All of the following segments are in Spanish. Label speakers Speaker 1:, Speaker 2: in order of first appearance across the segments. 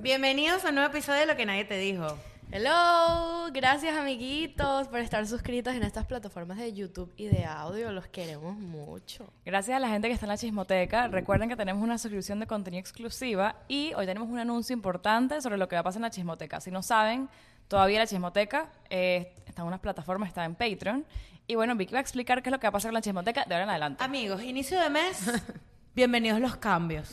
Speaker 1: Bienvenidos a un nuevo episodio de Lo que nadie te dijo.
Speaker 2: Hello, gracias amiguitos por estar suscritos en estas plataformas de YouTube y de audio, los queremos mucho.
Speaker 3: Gracias a la gente que está en la chismoteca. Recuerden que tenemos una suscripción de contenido exclusiva y hoy tenemos un anuncio importante sobre lo que va a pasar en la chismoteca. Si no saben, todavía la chismoteca eh, está en unas plataformas, está en Patreon. Y bueno, Vicky va a explicar qué es lo que va a pasar con la chismoteca de ahora en adelante.
Speaker 1: Amigos, inicio de mes, bienvenidos los cambios.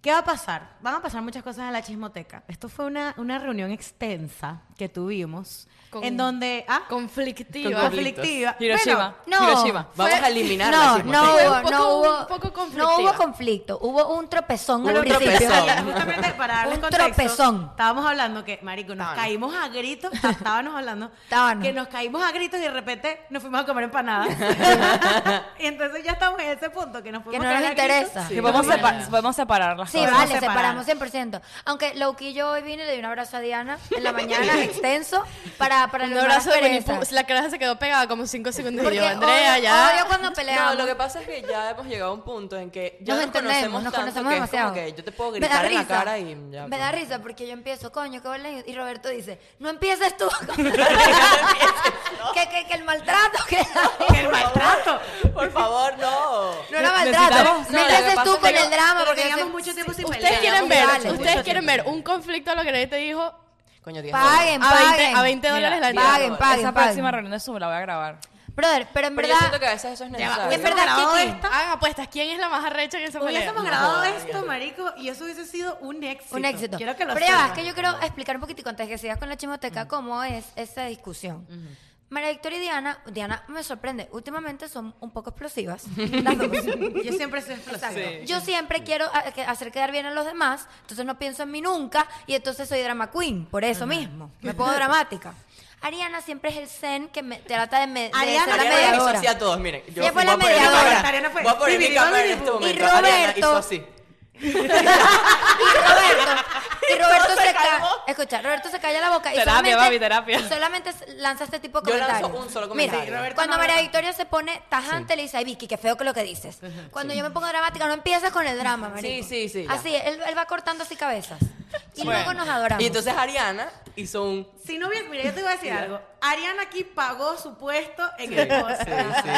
Speaker 1: ¿Qué va a pasar? Van a pasar muchas cosas en la chismoteca. Esto fue una, una reunión extensa que tuvimos
Speaker 2: Con-
Speaker 1: en donde... ¿ah?
Speaker 2: Conflictiva.
Speaker 4: Con conflicto.
Speaker 1: conflictiva.
Speaker 3: Hiroshima,
Speaker 1: Bueno, no.
Speaker 3: Hiroshima.
Speaker 4: Vamos
Speaker 1: Fue-
Speaker 4: a eliminar
Speaker 5: No,
Speaker 4: la
Speaker 5: no
Speaker 4: chismoteca.
Speaker 5: hubo,
Speaker 2: Un poco-
Speaker 5: no hubo,
Speaker 2: un poco conflictiva.
Speaker 5: no hubo conflicto, hubo un tropezón
Speaker 4: Hubo
Speaker 5: al
Speaker 4: un
Speaker 5: principio.
Speaker 4: tropezón.
Speaker 1: Mira, justamente para darles
Speaker 5: Un
Speaker 1: contexto,
Speaker 5: tropezón.
Speaker 1: Estábamos hablando que, marico, nos
Speaker 4: Estábamos.
Speaker 1: caímos a gritos, estábamos hablando
Speaker 5: Estábamos.
Speaker 1: que nos caímos a gritos y de repente nos fuimos a comer empanadas. y entonces ya estamos en ese punto que nos
Speaker 5: Que
Speaker 1: fuimos
Speaker 5: no
Speaker 1: a caer
Speaker 5: nos
Speaker 1: a gritos.
Speaker 5: interesa.
Speaker 3: Que podemos, separ- podemos separar las
Speaker 5: Sí,
Speaker 3: cosas.
Speaker 5: vale,
Speaker 1: separar.
Speaker 5: separamos 100%. Aunque Loquillo hoy vine, le di un abrazo a Diana en la mañana, extenso, para, para
Speaker 2: Un
Speaker 5: lograr
Speaker 2: abrazo de Winnie
Speaker 5: pereza.
Speaker 2: Pooh. La cara se quedó pegada como 5 segundos
Speaker 5: Porque
Speaker 2: y yo, Andrea,
Speaker 5: odio,
Speaker 2: ya.
Speaker 5: odio cuando peleamos.
Speaker 4: No, lo que pasa es que ya hemos llegado a un punto en que ya
Speaker 5: nos
Speaker 4: nos,
Speaker 5: entendemos,
Speaker 4: conocemos
Speaker 5: nos
Speaker 4: tanto
Speaker 5: conocemos
Speaker 4: que es
Speaker 5: demasiado.
Speaker 4: como que yo te puedo
Speaker 5: Me
Speaker 4: gritar
Speaker 5: da
Speaker 4: en la
Speaker 5: risa.
Speaker 4: cara y ya.
Speaker 5: Me da risa porque yo empiezo, coño, qué bola. Y Roberto dice, no empieces tú. que, que, que el maltrato, que
Speaker 1: Que el maltrato.
Speaker 4: Por favor, no.
Speaker 5: no era
Speaker 3: Necesitamos-
Speaker 5: maltrato. No
Speaker 4: no, lo que
Speaker 5: empieces
Speaker 4: pasa
Speaker 5: tú
Speaker 4: es que
Speaker 5: con el drama.
Speaker 1: Pero
Speaker 5: porque yo
Speaker 1: teníamos
Speaker 5: soy-
Speaker 1: mucho tiempo sin
Speaker 2: Ustedes
Speaker 1: pelear.
Speaker 2: quieren ver,
Speaker 5: peleamos, vale.
Speaker 2: ustedes quieren ver un conflicto a lo que nadie te dijo
Speaker 4: Coño, 10
Speaker 5: Paguen,
Speaker 2: a 20,
Speaker 5: paguen.
Speaker 2: a 20 dólares la entrada.
Speaker 5: Paguen, paguen,
Speaker 3: Esa
Speaker 5: paguen.
Speaker 3: próxima reunión de Zoom la voy a grabar.
Speaker 5: Brother, pero en
Speaker 4: Pero yo
Speaker 5: verdad...
Speaker 4: siento que a veces eso es necesario.
Speaker 5: Es verdad,
Speaker 1: grabado
Speaker 5: Kiki.
Speaker 1: esto.
Speaker 2: Hagan apuestas, ¿quién es la más arrecha
Speaker 5: Pues
Speaker 2: que se pelea?
Speaker 1: Hubiésemos grabado esto, marico, y eso hubiese sido un éxito.
Speaker 5: Un éxito.
Speaker 1: Quiero que lo
Speaker 5: Pero ya va,
Speaker 1: sepan.
Speaker 5: es que yo quiero explicar un poquitico antes de que sigas con la chimoteca cómo es esa discusión. María Victoria y Diana, Diana me sorprende, últimamente son un poco explosivas. las dos.
Speaker 1: Yo siempre soy explosiva.
Speaker 5: Exacto. Yo siempre quiero a- que- hacer quedar bien a los demás, entonces no pienso en mí nunca y entonces soy drama queen, por eso mismo. Me pongo dramática. Ariana siempre es el zen que me trata de, me, de
Speaker 1: Ariana
Speaker 5: ser la
Speaker 1: Ariana
Speaker 4: Ariana hizo
Speaker 5: mediadora.
Speaker 4: así a todos, miren. Yo
Speaker 5: Ella fue
Speaker 4: voy
Speaker 5: la
Speaker 4: a poner mi
Speaker 5: mediadora.
Speaker 4: cámara.
Speaker 1: Ariana fue
Speaker 4: Voy a poner mi
Speaker 1: dividi,
Speaker 4: cámara en
Speaker 1: dividi.
Speaker 4: este
Speaker 5: Y
Speaker 4: momento. Ariana hizo
Speaker 5: Roberto.
Speaker 4: así.
Speaker 5: Y Roberto, y Roberto
Speaker 4: Todo
Speaker 5: se,
Speaker 4: se
Speaker 5: ca-
Speaker 4: calmó.
Speaker 5: Escucha, Roberto se calla la boca. y
Speaker 3: Terapia,
Speaker 5: solamente-
Speaker 3: papi, terapia.
Speaker 5: Solamente s- lanza este tipo de
Speaker 4: Yo lanzo
Speaker 5: comentarios.
Speaker 4: un solo
Speaker 5: Mira,
Speaker 4: comentario. Sí,
Speaker 1: Roberto
Speaker 5: cuando
Speaker 1: no
Speaker 5: María
Speaker 1: habla.
Speaker 5: Victoria se pone tajante, le dice, ay, Vicky, qué feo que lo que dices. Cuando yo me pongo dramática, no empiezas con el drama, marico.
Speaker 4: sí, sí, ya.
Speaker 5: Así, él, él va cortando así cabezas. Y
Speaker 3: Bueno.
Speaker 5: luego nos adoramos.
Speaker 4: Y entonces Ariana hizo un...
Speaker 1: Si no hubiese, mira, yo te voy a decir algo. Ariana aquí pagó su puesto en
Speaker 4: Sí,
Speaker 1: el
Speaker 4: sí,
Speaker 1: podcast.
Speaker 4: sí.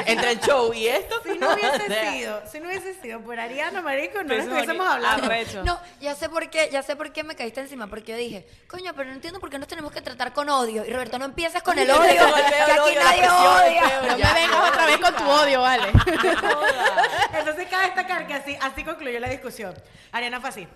Speaker 4: Entre el show y esto.
Speaker 1: Si no
Speaker 4: o sea,
Speaker 1: hubiese sido, si no hubiese sido por Ariana, marico, no nos
Speaker 3: Empezamos aquí,
Speaker 1: hubiésemos hablado.
Speaker 3: arrecho.
Speaker 5: No, ya sé por qué, ya sé por qué me caíste encima, porque yo dije, coño, pero no entiendo por qué nos tenemos que tratar con odio. Y Roberto, no empiezas con el odio,
Speaker 4: Con
Speaker 5: que
Speaker 4: el odio, el
Speaker 5: aquí
Speaker 4: odio, la
Speaker 5: nadie
Speaker 4: presión, el
Speaker 5: odia.
Speaker 4: feo,
Speaker 2: No
Speaker 4: Ya,
Speaker 2: me vengas otra vez con tu odio, vale.
Speaker 1: Entonces cabe destacar que así, así concluyó la discusión. Ariana fue así.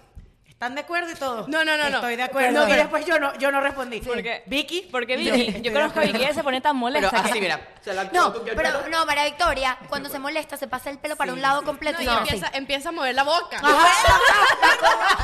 Speaker 1: ¿Están de acuerdo y todo?
Speaker 2: No, no, no, no.
Speaker 1: Estoy de acuerdo.
Speaker 2: No,
Speaker 1: y
Speaker 2: pero-
Speaker 1: después yo no, yo no respondí.
Speaker 3: Porque,
Speaker 1: Vicky.
Speaker 3: Porque
Speaker 1: Yo-
Speaker 3: Vicky,
Speaker 1: estoy
Speaker 3: yo
Speaker 1: de
Speaker 3: conozco a
Speaker 1: acuerdo.
Speaker 3: Vicky ella se pone tan
Speaker 4: Pero
Speaker 3: molesta.
Speaker 4: así,
Speaker 3: que-
Speaker 4: mira. se la-
Speaker 5: No, pero no, María Victoria, cuando se molesta, se pasa el pelo para un lado completo
Speaker 2: No,
Speaker 5: y
Speaker 2: y
Speaker 5: yo no
Speaker 2: empieza,
Speaker 5: sé.
Speaker 2: empieza a mover la boca.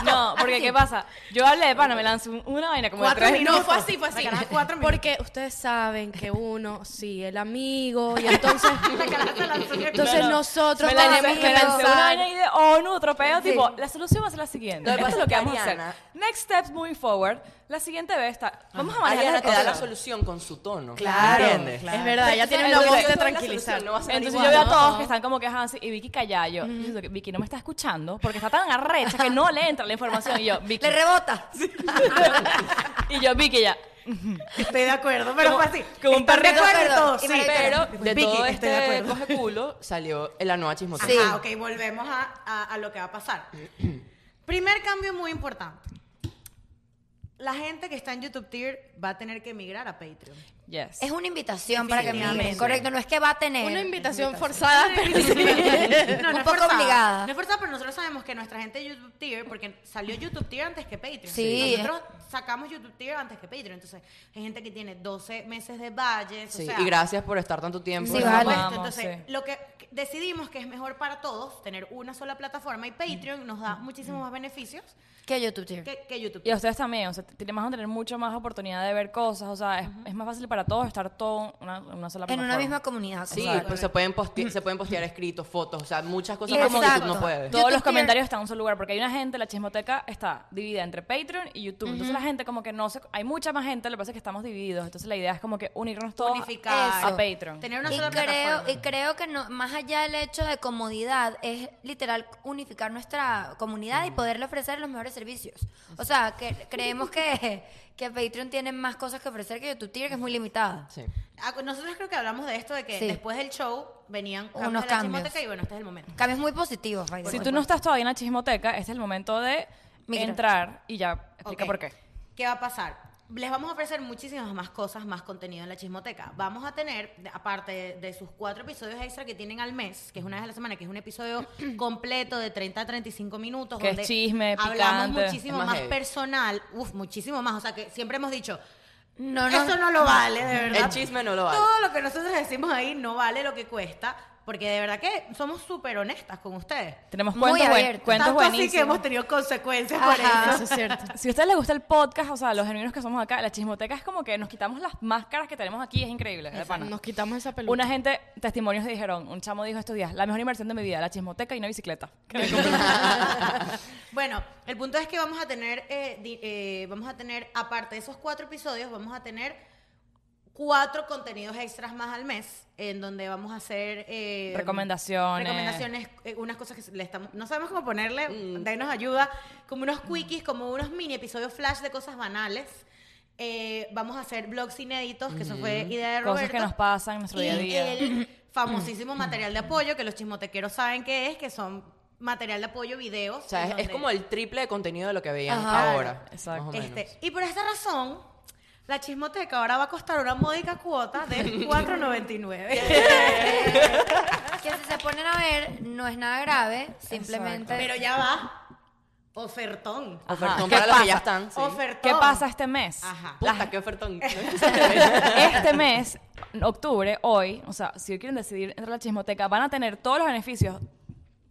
Speaker 3: No, porque ¿qué pasa? Yo hablé de pana, me lanzó un- una vaina como de
Speaker 1: Cuatro
Speaker 3: tres
Speaker 1: minutos.
Speaker 2: No, fue así, fue así.
Speaker 1: La caraja, cuatro minutos.
Speaker 2: Porque ustedes saben que uno sí, el amigo, y entonces,
Speaker 1: La caraja se lanzó en el-
Speaker 2: entonces nosotros
Speaker 3: me lancé-
Speaker 2: tenemos que
Speaker 3: me lancé una
Speaker 2: pensar.
Speaker 3: vaina ahí de ONU, otro pedo, tipo, la solución va a ser la siguiente.
Speaker 4: Lo que
Speaker 3: Esto es
Speaker 4: pasa
Speaker 3: lo
Speaker 4: es
Speaker 3: que
Speaker 4: que
Speaker 3: vamos a hacer.
Speaker 4: Ariana-
Speaker 3: Next steps moving forward. La siguiente vez está, vamos a manejar
Speaker 4: Ariana
Speaker 3: las
Speaker 4: te da la
Speaker 3: cosas.
Speaker 4: solución con su tono.
Speaker 1: Claro,
Speaker 4: ¿Entiendes?
Speaker 1: claro.
Speaker 2: Es verdad, ella tiene una
Speaker 4: Entonces,
Speaker 2: voz de
Speaker 4: esa es la
Speaker 2: tranquilizar.
Speaker 4: solución, no va a sonar
Speaker 3: Entonces yo
Speaker 4: igual,
Speaker 3: veo a
Speaker 4: ¿no?
Speaker 3: todos que están como que Hansi y Vicky Callayo. Yo siento que Vicky no me está escuchando porque está tan arrecha que no le entra la información. Y yo, Vicky.
Speaker 5: Le rebota.
Speaker 3: y yo, Vicky ya.
Speaker 1: Estoy de acuerdo, pero
Speaker 3: Como-
Speaker 1: fue así.
Speaker 3: como un
Speaker 1: ¿Están de
Speaker 3: perrito
Speaker 1: acuerdo
Speaker 5: acuerdo.
Speaker 1: todos?
Speaker 5: Y
Speaker 1: Sí,
Speaker 5: María
Speaker 4: Pero de
Speaker 1: Vicky,
Speaker 4: todo
Speaker 1: estoy de
Speaker 4: este
Speaker 1: acuerdo.
Speaker 4: coge culo salió en la nueva chismosa.
Speaker 5: Sí.
Speaker 1: Ajá, ok, volvemos a, a- a lo que va a pasar. Primer cambio muy importante. La gente que está en YouTube Tier va a tener que emigrar a Patreon.
Speaker 3: Yes.
Speaker 5: Es una invitación para que me
Speaker 1: Definitivamente.
Speaker 5: digan. Correcto, no es que va a tener.
Speaker 2: Una invitación forzada, Ah, pero sí.
Speaker 1: no,
Speaker 5: Un
Speaker 1: es
Speaker 5: poco
Speaker 1: forzada.
Speaker 5: obligada.
Speaker 1: No es forzada, pero nosotros sabemos que nuestra gente de YouTube Tier, porque salió YouTube Tier antes que Patreon.
Speaker 5: Sí.
Speaker 1: Nosotros sacamos YouTube Tier antes que Patreon. Entonces, hay gente que tiene 12 meses de valles.
Speaker 4: Sí,
Speaker 1: o sea,
Speaker 4: y gracias por estar tanto tiempo.
Speaker 5: Sí,
Speaker 1: Por
Speaker 5: vale.
Speaker 1: supuesto,
Speaker 3: Vamos,
Speaker 1: Entonces,
Speaker 3: sí.
Speaker 1: lo que que decidimos que es mejor para todos tener una sola plataforma y Patreon nos da muchísimos más beneficios
Speaker 5: Que YouTube tier.
Speaker 1: que, que YouTube.
Speaker 3: Y a ustedes también, o sea, tienen- van a tener mucho más oportunidad de ver cosas, o sea, es, es más fácil para todos, estar todo una, una sola
Speaker 5: En
Speaker 3: plataforma.
Speaker 5: una misma comunidad.
Speaker 4: Sí,
Speaker 5: claro.
Speaker 4: pues se pueden, postear, se pueden postear escritos, fotos, o sea, muchas cosas
Speaker 5: Y
Speaker 4: como
Speaker 5: exacto.
Speaker 4: YouTube no puede.
Speaker 5: Yo-
Speaker 3: Todos
Speaker 5: YouTube
Speaker 3: los
Speaker 5: tiene-
Speaker 3: comentarios están en un solo lugar, porque hay una gente, la chismoteca está dividida entre Patreon y YouTube. Entonces la gente como que no se... Hay mucha más gente, lo que pasa es que estamos divididos. Entonces la idea es como que unirnos todos a-
Speaker 1: Unificar.
Speaker 3: a Patreon.
Speaker 1: Tener una
Speaker 5: y
Speaker 1: sola
Speaker 5: creo,
Speaker 1: plataforma.
Speaker 5: y creo que no, más allá del hecho de comodidad, es literal unificar nuestra comunidad y poderle ofrecer los mejores servicios. O sea, que creemos que, que Patreon tiene más cosas que ofrecer que YouTube tiene, que es muy limitada.
Speaker 4: Sí.
Speaker 1: Ah, Nosotros creo que hablamos de esto, de que
Speaker 5: Sí.
Speaker 1: después del show venían cambios
Speaker 5: Unos
Speaker 1: de la
Speaker 5: cambios.
Speaker 1: chismoteca y bueno, este es el momento.
Speaker 5: Cambios muy positivos, by the
Speaker 3: Si
Speaker 5: way.
Speaker 3: tú no estás todavía en la chismoteca, este es el momento de
Speaker 5: Migrar.
Speaker 3: entrar y ya explica
Speaker 1: Ok.
Speaker 3: por qué.
Speaker 1: ¿Qué va a pasar? Les vamos a ofrecer muchísimas más cosas, más contenido en la chismoteca. Vamos a tener, de- aparte de, de sus cuatro episodios extra que tienen al mes, que es una vez a la semana, que es un episodio completo de 30 a 35 minutos,
Speaker 3: Que es
Speaker 1: donde
Speaker 3: chisme,
Speaker 1: hablamos
Speaker 3: picante.
Speaker 1: muchísimo
Speaker 4: Es más
Speaker 1: más,
Speaker 4: heavy.
Speaker 1: personal, uf, muchísimo más. O sea, que siempre hemos dicho,
Speaker 5: No, no.
Speaker 1: eso no lo vale, de verdad.
Speaker 4: El chisme no lo vale.
Speaker 1: Todo lo que nosotros decimos ahí no vale lo que cuesta, porque de verdad que somos súper honestas con ustedes.
Speaker 3: Tenemos
Speaker 5: Muy
Speaker 3: cuentos, buen-
Speaker 5: abierto.
Speaker 3: cuentos
Speaker 1: Tanto así que
Speaker 3: buenísimos.
Speaker 1: hemos tenido consecuencias por eso.
Speaker 5: Ajá.
Speaker 2: Eso es cierto.
Speaker 3: Si a ustedes les gusta el podcast, o sea, los genuinos que somos acá, la chismoteca es como que nos quitamos las máscaras que tenemos aquí, es increíble. de pana.
Speaker 2: Nos quitamos esa peluca.
Speaker 3: Una gente, testimonios dijeron, un chamo dijo estos días, la mejor inversión de mi vida, la chismoteca y una bicicleta.
Speaker 1: bueno, el punto es que vamos a tener, eh, di- eh, vamos a tener, aparte de esos cuatro episodios, vamos a tener cuatro contenidos extras más al mes, en donde vamos a hacer eh,
Speaker 3: Recomendaciones.
Speaker 1: recomendaciones, eh, unas cosas que le estamos, no sabemos cómo ponerle, denos ayuda, como unos quickies, como unos mini episodios flash de cosas banales. Eh, vamos a hacer blogs inéditos, que eso fue idea de Roberto.
Speaker 3: Cosas que nos pasan en nuestro
Speaker 1: Y
Speaker 3: día a día.
Speaker 1: el famosísimo material de apoyo que los chismotequeros saben que es, que son material de apoyo, videos.
Speaker 4: O sea,
Speaker 1: en
Speaker 4: es, es
Speaker 1: donde-
Speaker 4: como el triple de contenido de lo que veían
Speaker 5: Ajá.
Speaker 4: ahora.
Speaker 3: Exacto.
Speaker 4: más o menos.
Speaker 1: Este, y por esta razón, la chismoteca ahora va a costar una módica cuota de 4.99.
Speaker 5: Que si se ponen a ver, no es nada grave, simplemente.
Speaker 1: Pero ya va. Ofertón.
Speaker 4: Ofertón
Speaker 3: ¿Qué
Speaker 4: para los
Speaker 3: pasa?
Speaker 4: que ya están. Ah, sí.
Speaker 1: Ofertón.
Speaker 3: ¿Qué pasa este mes?
Speaker 1: Oh. Ajá.
Speaker 4: Puta,
Speaker 3: Las-
Speaker 4: qué ofertón.
Speaker 3: este mes, en octubre, hoy, o sea, si hoy quieren decidir entrar a la chismoteca, van a tener todos los beneficios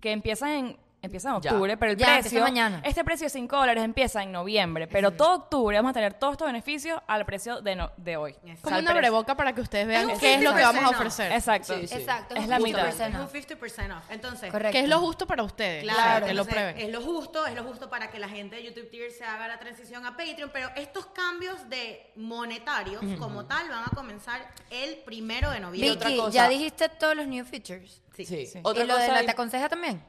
Speaker 3: que empiezan en, empiezan en
Speaker 4: Ya.
Speaker 3: octubre, pero el
Speaker 5: Ya, empieza
Speaker 3: precio,
Speaker 5: mañana.
Speaker 3: este precio de 5 dólares empieza en noviembre, pero todo octubre vamos a tener todos estos beneficios al precio de, no- de hoy.
Speaker 1: Exacto.
Speaker 3: O sea,
Speaker 2: Como
Speaker 3: al
Speaker 2: una
Speaker 3: precio-
Speaker 2: breboca para que ustedes vean
Speaker 1: Es un
Speaker 2: qué es lo que
Speaker 1: 50%
Speaker 2: vamos a ofrecer.
Speaker 3: Exacto.
Speaker 4: Sí, sí.
Speaker 5: Exacto,
Speaker 3: Es la
Speaker 5: justo
Speaker 3: mitad.
Speaker 1: Es
Speaker 5: personal.
Speaker 1: un 50% off. Entonces,
Speaker 5: Correcto.
Speaker 2: Que es lo justo para ustedes.
Speaker 1: Claro,
Speaker 2: que lo
Speaker 1: entonces,
Speaker 2: prueben.
Speaker 1: Es lo justo, es lo justo para que la gente de YouTube Tier se haga la transición a Patreon, pero estos cambios de monetarios como tal van a comenzar el primero de
Speaker 5: Vicky,
Speaker 1: noviembre.
Speaker 4: otra cosa-
Speaker 5: ya dijiste todos los new features.
Speaker 1: Sí.
Speaker 4: Sí.
Speaker 3: Sí.
Speaker 4: Otra
Speaker 5: ¿Y lo de
Speaker 4: cosa
Speaker 5: la
Speaker 4: im-
Speaker 5: te aconseja también?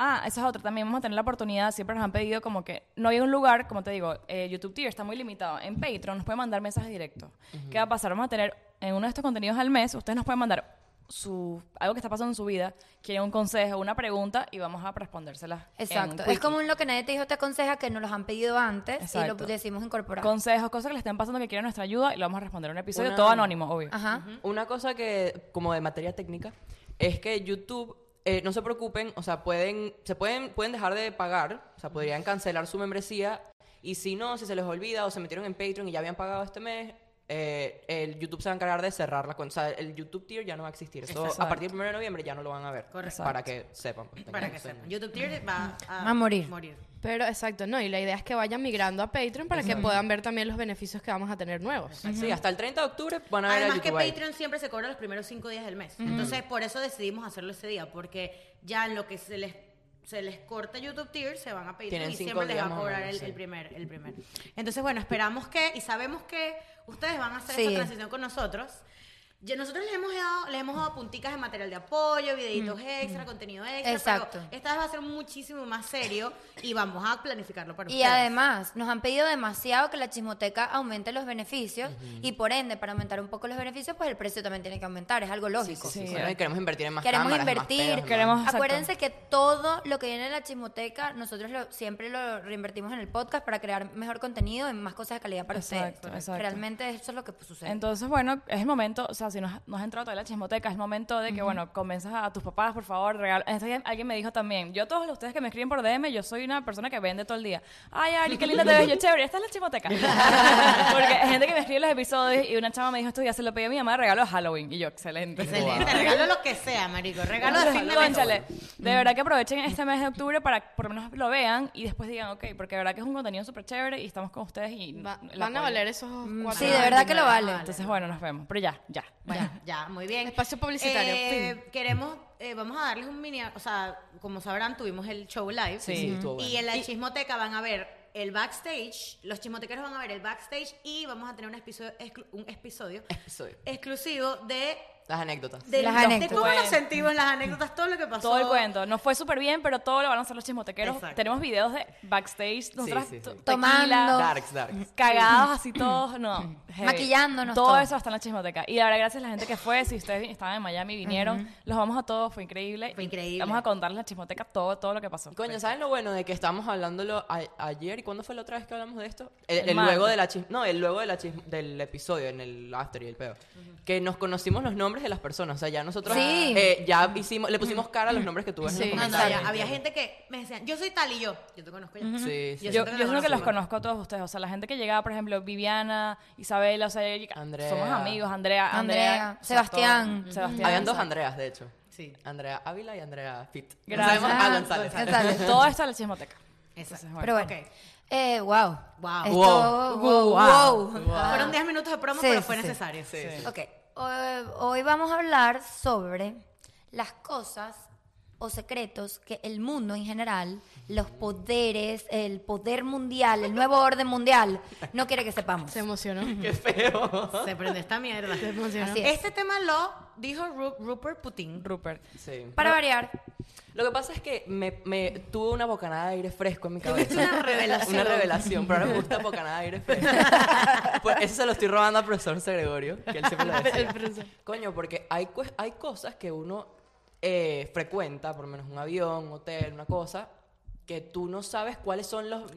Speaker 3: Ah, esa es otra. También vamos a tener la oportunidad. Siempre nos han pedido como que no hay un lugar, como te digo, eh, YouTube TV está muy limitado. En Patreon nos pueden mandar mensajes directos. ¿Qué va a pasar? Vamos a tener en uno de estos contenidos al mes, ustedes nos pueden mandar su algo que está pasando en su vida, quieren un consejo, una pregunta y vamos a respondérselas. en
Speaker 5: Exacto.
Speaker 3: Quickie.
Speaker 5: Es como un lo que nadie te dijo, te aconseja que nos los han pedido antes y lo
Speaker 3: Exacto.
Speaker 5: decimos incorporar.
Speaker 3: consejos, cosas que le estén pasando que quieren nuestra ayuda y lo vamos a responder en un episodio
Speaker 4: Una-
Speaker 3: todo anónimo, obvio.
Speaker 5: Ajá.
Speaker 4: Una cosa que, como de materia técnica, es que YouTube, eh, no se preocupen, o sea, pueden, se pueden, pueden dejar de pagar, o sea, podrían cancelar su membresía, y si no, si se les olvida o se metieron en Patreon y ya habían pagado este mes, eh, el YouTube se va a encargar de cerrar la cuenta, o sea, el YouTube tier ya no va a existir. Eso,
Speaker 3: Exacto.
Speaker 4: a partir del 1 de noviembre ya no lo van a ver,
Speaker 1: Correcto.
Speaker 4: para que sepan. pues,
Speaker 1: Para
Speaker 4: tengan
Speaker 1: que
Speaker 4: sueño.
Speaker 1: sepan. YouTube Tier va a,
Speaker 5: Va a morir.
Speaker 2: Pero exacto, no. Y la idea es que vayan migrando a Patreon para que puedan ver también los beneficios que vamos a tener nuevos.
Speaker 4: Sí, hasta el 30 de octubre van a ver a
Speaker 1: Además que
Speaker 4: YouTube ahí.
Speaker 1: Patreon siempre se cobra los primeros cinco días del mes. Entonces, por eso decidimos hacerlo ese día, porque ya en lo que se les se les corta YouTube Tier, se van a Patreon
Speaker 4: Tienen
Speaker 1: y
Speaker 4: cinco
Speaker 1: siempre les va
Speaker 4: días
Speaker 1: a
Speaker 4: más o
Speaker 1: cobrar
Speaker 4: menos,
Speaker 1: el,
Speaker 4: sí.
Speaker 1: el primer, el primer. Entonces, bueno, esperamos que, y sabemos que ustedes van a hacer esta
Speaker 5: Sí.
Speaker 1: transición con nosotros. Ya nosotros les hemos dado, les hemos dado punticas de material de apoyo, videitos extra, contenido extra.
Speaker 5: Exacto.
Speaker 1: Pero esta vez va a ser muchísimo más serio y vamos a planificarlo para
Speaker 5: Y
Speaker 1: ustedes.
Speaker 5: además, nos han pedido demasiado que la chismoteca aumente los beneficios y por ende, para aumentar un poco los beneficios, pues el precio también tiene que aumentar, es algo
Speaker 4: Sí,
Speaker 5: lógico.
Speaker 4: sí, sí,
Speaker 3: Sí.
Speaker 4: bueno, y queremos invertir en más
Speaker 5: Queremos
Speaker 4: cámaras, en más
Speaker 5: invertir,
Speaker 4: pedos, en
Speaker 3: queremos-
Speaker 4: más-
Speaker 3: Exacto.
Speaker 5: Acuérdense que todo lo que viene de la chismoteca, nosotros lo- siempre lo reinvertimos en el podcast para crear mejor contenido y más cosas de calidad para
Speaker 3: Exacto,
Speaker 5: ustedes.
Speaker 3: exacto.
Speaker 5: Realmente eso es lo que sucede.
Speaker 3: Entonces, bueno, es el momento, o sea, sea, si no has, no has entrado todavía a la chismoteca, es momento de que, bueno, convenzas a tus papás, por favor, regal. Entonces, alguien me dijo también, yo todos los- ustedes que me escriben por DM, yo soy una persona que vende todo el día. Ay, Ari, qué linda te ves, yo chévere, esta es la chismoteca. Porque hay gente que me escribe los episodios y una chama me dijo, estos días se lo pedí a mi mamá de regalo de Halloween. Y yo, excelente.
Speaker 1: Excelente. Regalo lo que sea, marico. Regalo de
Speaker 3: Entonces,
Speaker 1: fin de mes.
Speaker 3: cónchale, de verdad que aprovechen este mes de octubre para por lo menos lo vean y después digan, ok, porque de verdad que es un contenido súper chévere y estamos con ustedes y
Speaker 2: Va-
Speaker 3: el
Speaker 2: van a
Speaker 3: apoyo.
Speaker 2: valer esos cuatro.
Speaker 5: Sí, de verdad que lo vale.
Speaker 3: Entonces, bueno, nos vemos. Pero ya, ya.
Speaker 1: Ya, ya, muy bien.
Speaker 2: Espacio publicitario,
Speaker 1: Eh, queremos, eh, vamos a darles un mini, o sea, como sabrán, tuvimos el show live.
Speaker 3: Sí, sí,
Speaker 4: estuvo
Speaker 1: Y
Speaker 4: bueno.
Speaker 1: en la chismoteca van a ver el backstage, los chismotequeros van a ver el backstage y vamos a tener un episodio, exclu- un episodio
Speaker 4: Soy-
Speaker 1: exclusivo de,
Speaker 4: Las anécdotas.
Speaker 1: de
Speaker 5: Las
Speaker 1: los- de
Speaker 5: anécdotas.
Speaker 1: cómo nos
Speaker 3: Cuento.
Speaker 1: sentimos, las anécdotas, todo lo que pasó.
Speaker 3: Todo el cuento. Nos fue súper bien, pero todo lo van a hacer los chismotequeros.
Speaker 1: Exacto.
Speaker 3: Tenemos videos de backstage, nosotras
Speaker 4: sí, sí.
Speaker 3: to-
Speaker 5: Tomando.
Speaker 4: Darks, darks.
Speaker 3: Cagados así todos, no. heavy.
Speaker 5: Maquillándonos,
Speaker 3: Todo,
Speaker 5: todo.
Speaker 3: eso está en la chismoteca. Y ahora gracias a la gente que fue, si ustedes vi- estaban en Miami, vinieron, los vamos a todos, fue increíble.
Speaker 1: Fue increíble.
Speaker 3: Vamos a contarles en la chismoteca todo, todo lo que pasó.
Speaker 4: Y Coño, ¿saben lo bueno de que estábamos hablándolo a- ayer? ¿Y cuándo fue la otra vez que hablamos de esto? El,
Speaker 3: El
Speaker 4: el luego
Speaker 3: martes.
Speaker 4: de la chis- No, el luego de la chis- del episodio, en el after y el peo. Que nos conocimos los nombres de las personas. O sea, ya nosotros
Speaker 5: Sí.
Speaker 4: eh, ya hicimos, le pusimos cara a los nombres que tú ves en
Speaker 2: Sí.
Speaker 4: los
Speaker 1: No, no,
Speaker 4: comentarios.
Speaker 1: había, había gente que me decían, yo soy tal y yo. Yo te conozco ya.
Speaker 4: Sí, sí.
Speaker 3: Yo,
Speaker 1: siento
Speaker 3: yo
Speaker 1: que te
Speaker 3: creo que los
Speaker 1: conocimos.
Speaker 3: conozco a todos ustedes. O sea, la gente que llegaba, por ejemplo, Viviana, Isabela, o sea, ella-
Speaker 4: Andrea.
Speaker 3: somos amigos, Andrea, Andrea,
Speaker 5: Andrea,
Speaker 3: o sea,
Speaker 5: Sebastián.
Speaker 3: todo. Sebastián.
Speaker 4: Habían dos
Speaker 3: exacto.
Speaker 4: Andreas, de hecho.
Speaker 1: Sí.
Speaker 4: Andrea Ávila y Andrea Pitt.
Speaker 3: Gracias.
Speaker 4: Ah, González.
Speaker 5: González.
Speaker 3: Todo esto en la chismoteca.
Speaker 1: Exacto.
Speaker 3: Entonces,
Speaker 5: Pero bueno.
Speaker 1: Ok.
Speaker 5: Eh, wow.
Speaker 1: Wow.
Speaker 5: Esto-
Speaker 4: Wow.
Speaker 5: wow.
Speaker 1: Wow.
Speaker 5: wow.
Speaker 1: Fueron 10 minutos de promo,
Speaker 5: Sí,
Speaker 1: pero
Speaker 5: sí,
Speaker 1: fue
Speaker 5: sí.
Speaker 1: necesario.
Speaker 4: Sí, sí.
Speaker 5: Ok, eh, hoy vamos a hablar sobre las cosas o secretos que el mundo en general, los poderes, el poder mundial, el nuevo orden mundial, no quiere que sepamos.
Speaker 2: Se emocionó.
Speaker 4: Qué feo.
Speaker 1: Se prende esta mierda.
Speaker 2: Se emocionó.
Speaker 5: Así es.
Speaker 1: Este tema lo dijo Ru- Rupert Putin.
Speaker 3: Rupert.
Speaker 4: Sí.
Speaker 5: Para variar,
Speaker 4: Lo que pasa es que me, me tuve una bocanada de aire fresco en mi
Speaker 1: Es
Speaker 4: cabeza.
Speaker 1: una revelación.
Speaker 4: Una revelación, pero ahora me gusta bocanada de aire fresco. Pues eso se lo estoy robando al profesor Segregorio, que él siempre lo decía. Coño, porque hay, cues- hay cosas que uno eh, frecuenta, por lo menos un avión, un hotel, una cosa, que tú no sabes cuáles son los...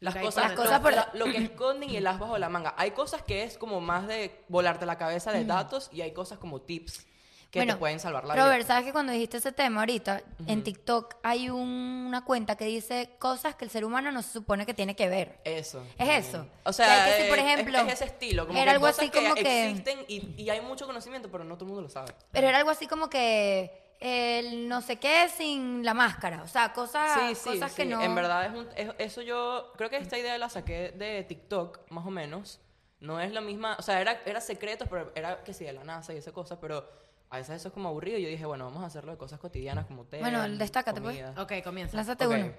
Speaker 4: Las
Speaker 1: que hay
Speaker 4: cosas,
Speaker 1: por
Speaker 4: lo-
Speaker 5: detrás.
Speaker 4: la- lo, que esconden y el as bajo la manga. Hay cosas que es como más de volarte la cabeza de datos y hay cosas como tips que
Speaker 5: bueno,
Speaker 4: te pueden salvar la
Speaker 5: Robert,
Speaker 4: vida.
Speaker 5: sabes que cuando dijiste ese tema ahorita en TikTok hay un- una cuenta que dice cosas que el ser humano no se supone que tiene que ver.
Speaker 4: Eso.
Speaker 5: Es eso.
Speaker 4: O sea,
Speaker 5: O sea, que si, por
Speaker 4: eh, es-
Speaker 5: ejemplo,
Speaker 4: es, ese estilo. Como
Speaker 5: era
Speaker 4: que
Speaker 5: algo
Speaker 4: cosas
Speaker 5: así como que-
Speaker 4: existen y, y hay mucho conocimiento, pero no todo el mundo lo sabe.
Speaker 5: Pero era algo así como que el no sé qué sin la máscara, o sea, cosas, Ah, cosas que no.
Speaker 4: En verdad, es un, es- eso yo creo que esta idea la saqué de TikTok, más o menos. No es la misma, o sea, era, era secretos, pero era que sí, de la NASA y esas cosas, pero a veces eso es como aburrido. Y yo dije, bueno, vamos a hacerlo de cosas cotidianas como té.
Speaker 5: Bueno, destácate, pues.
Speaker 4: comida.
Speaker 1: Ok, comienza.
Speaker 5: Lánzate
Speaker 4: Ok.
Speaker 5: uno.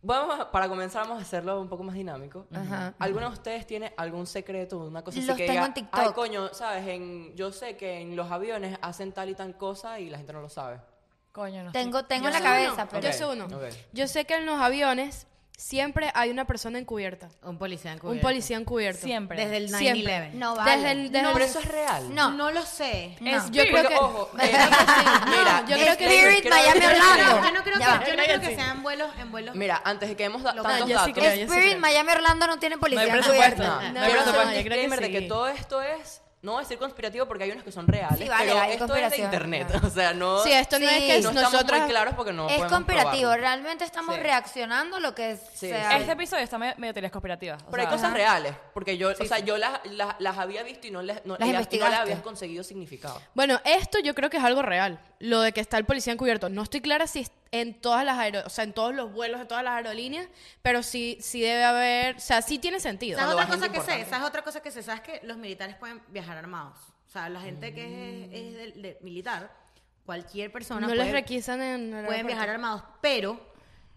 Speaker 4: Vamos a- para comenzar, vamos a hacerlo un poco más dinámico.
Speaker 5: Ajá.
Speaker 4: ¿Alguno de ustedes tiene algún secreto, una cosa así
Speaker 5: Los
Speaker 4: que
Speaker 5: tengo
Speaker 4: diga,
Speaker 5: en TikTok.
Speaker 4: Ay, coño, ¿sabes? En, yo sé que en los aviones hacen tal y tal cosa y la gente no lo sabe.
Speaker 3: Coño, no sé.
Speaker 5: Tengo, tengo en
Speaker 2: Yo
Speaker 5: la
Speaker 2: sé
Speaker 5: cabeza,
Speaker 2: uno,
Speaker 5: pero.
Speaker 2: Yo
Speaker 4: Ok,
Speaker 2: sé uno.
Speaker 4: ok.
Speaker 2: Yo sé que en los aviones siempre hay una persona encubierta.
Speaker 1: Un policía
Speaker 2: Un
Speaker 1: encubierto.
Speaker 2: policía encubierto.
Speaker 3: Siempre.
Speaker 1: Desde el
Speaker 2: Siempre.
Speaker 1: 9-11.
Speaker 5: No vale.
Speaker 2: Desde el- desde
Speaker 5: no,
Speaker 2: el-
Speaker 4: Pero eso es real.
Speaker 5: no.
Speaker 1: No lo sé.
Speaker 5: no.
Speaker 2: Es- yo creo
Speaker 4: Porque,
Speaker 2: que.
Speaker 4: ojo,
Speaker 2: yo creo que
Speaker 4: eh,
Speaker 2: sí.
Speaker 4: mira,
Speaker 2: No,
Speaker 4: este,
Speaker 2: yo creo que.
Speaker 5: Spirit
Speaker 4: creo-
Speaker 5: Miami
Speaker 4: creo-
Speaker 5: Orlando.
Speaker 1: Yo no creo,
Speaker 5: Ya
Speaker 1: que, yo
Speaker 5: va.
Speaker 1: no creo que sean vuelos en vuelos.
Speaker 4: Mira, antes de que demos da-
Speaker 2: Local,
Speaker 4: tantos
Speaker 2: yo sí
Speaker 4: datos.
Speaker 2: creo, yo sí
Speaker 5: Spirit
Speaker 2: creo.
Speaker 5: Miami Orlando no tiene policía
Speaker 3: No hay
Speaker 5: encubierta.
Speaker 3: presupuesto.
Speaker 4: No,
Speaker 2: No,
Speaker 4: pero
Speaker 2: no,
Speaker 4: hacer
Speaker 2: no,
Speaker 4: un
Speaker 2: yo creo que
Speaker 4: disclaimer de que
Speaker 2: sí.
Speaker 4: todo esto es. No voy a decir conspirativo porque hay unas que son reales,
Speaker 5: Sí, vale,
Speaker 4: pero
Speaker 5: hay
Speaker 4: esto es de
Speaker 5: conspiración.
Speaker 4: internet. O sea, no.
Speaker 2: Sí, esto no
Speaker 5: Sí.
Speaker 2: es que
Speaker 4: no estamos
Speaker 2: nosotras.
Speaker 4: muy claros porque no
Speaker 5: es
Speaker 4: podemos
Speaker 5: comparativo.
Speaker 4: probarlo.
Speaker 5: Realmente estamos
Speaker 4: Sí.
Speaker 5: reaccionando a lo que
Speaker 4: Sí,
Speaker 5: sea.
Speaker 4: sí.
Speaker 3: Este episodio está medio, medio teorías conspirativas. o
Speaker 4: Pero hay
Speaker 3: sea,
Speaker 4: cosas reales, porque yo, o sea, yo las, las, las había visto y no les, no,
Speaker 5: Las
Speaker 4: y las- y no
Speaker 5: investigaste.
Speaker 4: les habías conseguido significado.
Speaker 2: Bueno, esto yo creo que es algo real. Lo de que está el policía encubierto. No estoy clara si es en todas las aero- o sea, en todos los vuelos de todas las aerolíneas, pero sí, sí debe haber, o sea, sí tiene sentido.
Speaker 1: ¿Sabes
Speaker 4: cuando
Speaker 1: otra
Speaker 4: va gente
Speaker 1: cosa que sé?
Speaker 4: importante.
Speaker 1: ¿Sabes otra cosa que sé? ¿Sabes que los militares pueden viajar armados? O sea, la gente que es, es del- de- militar, cualquier persona
Speaker 2: no les
Speaker 1: puede,
Speaker 2: requisan en el
Speaker 1: pueden
Speaker 2: aeropuerto.
Speaker 1: viajar armados, pero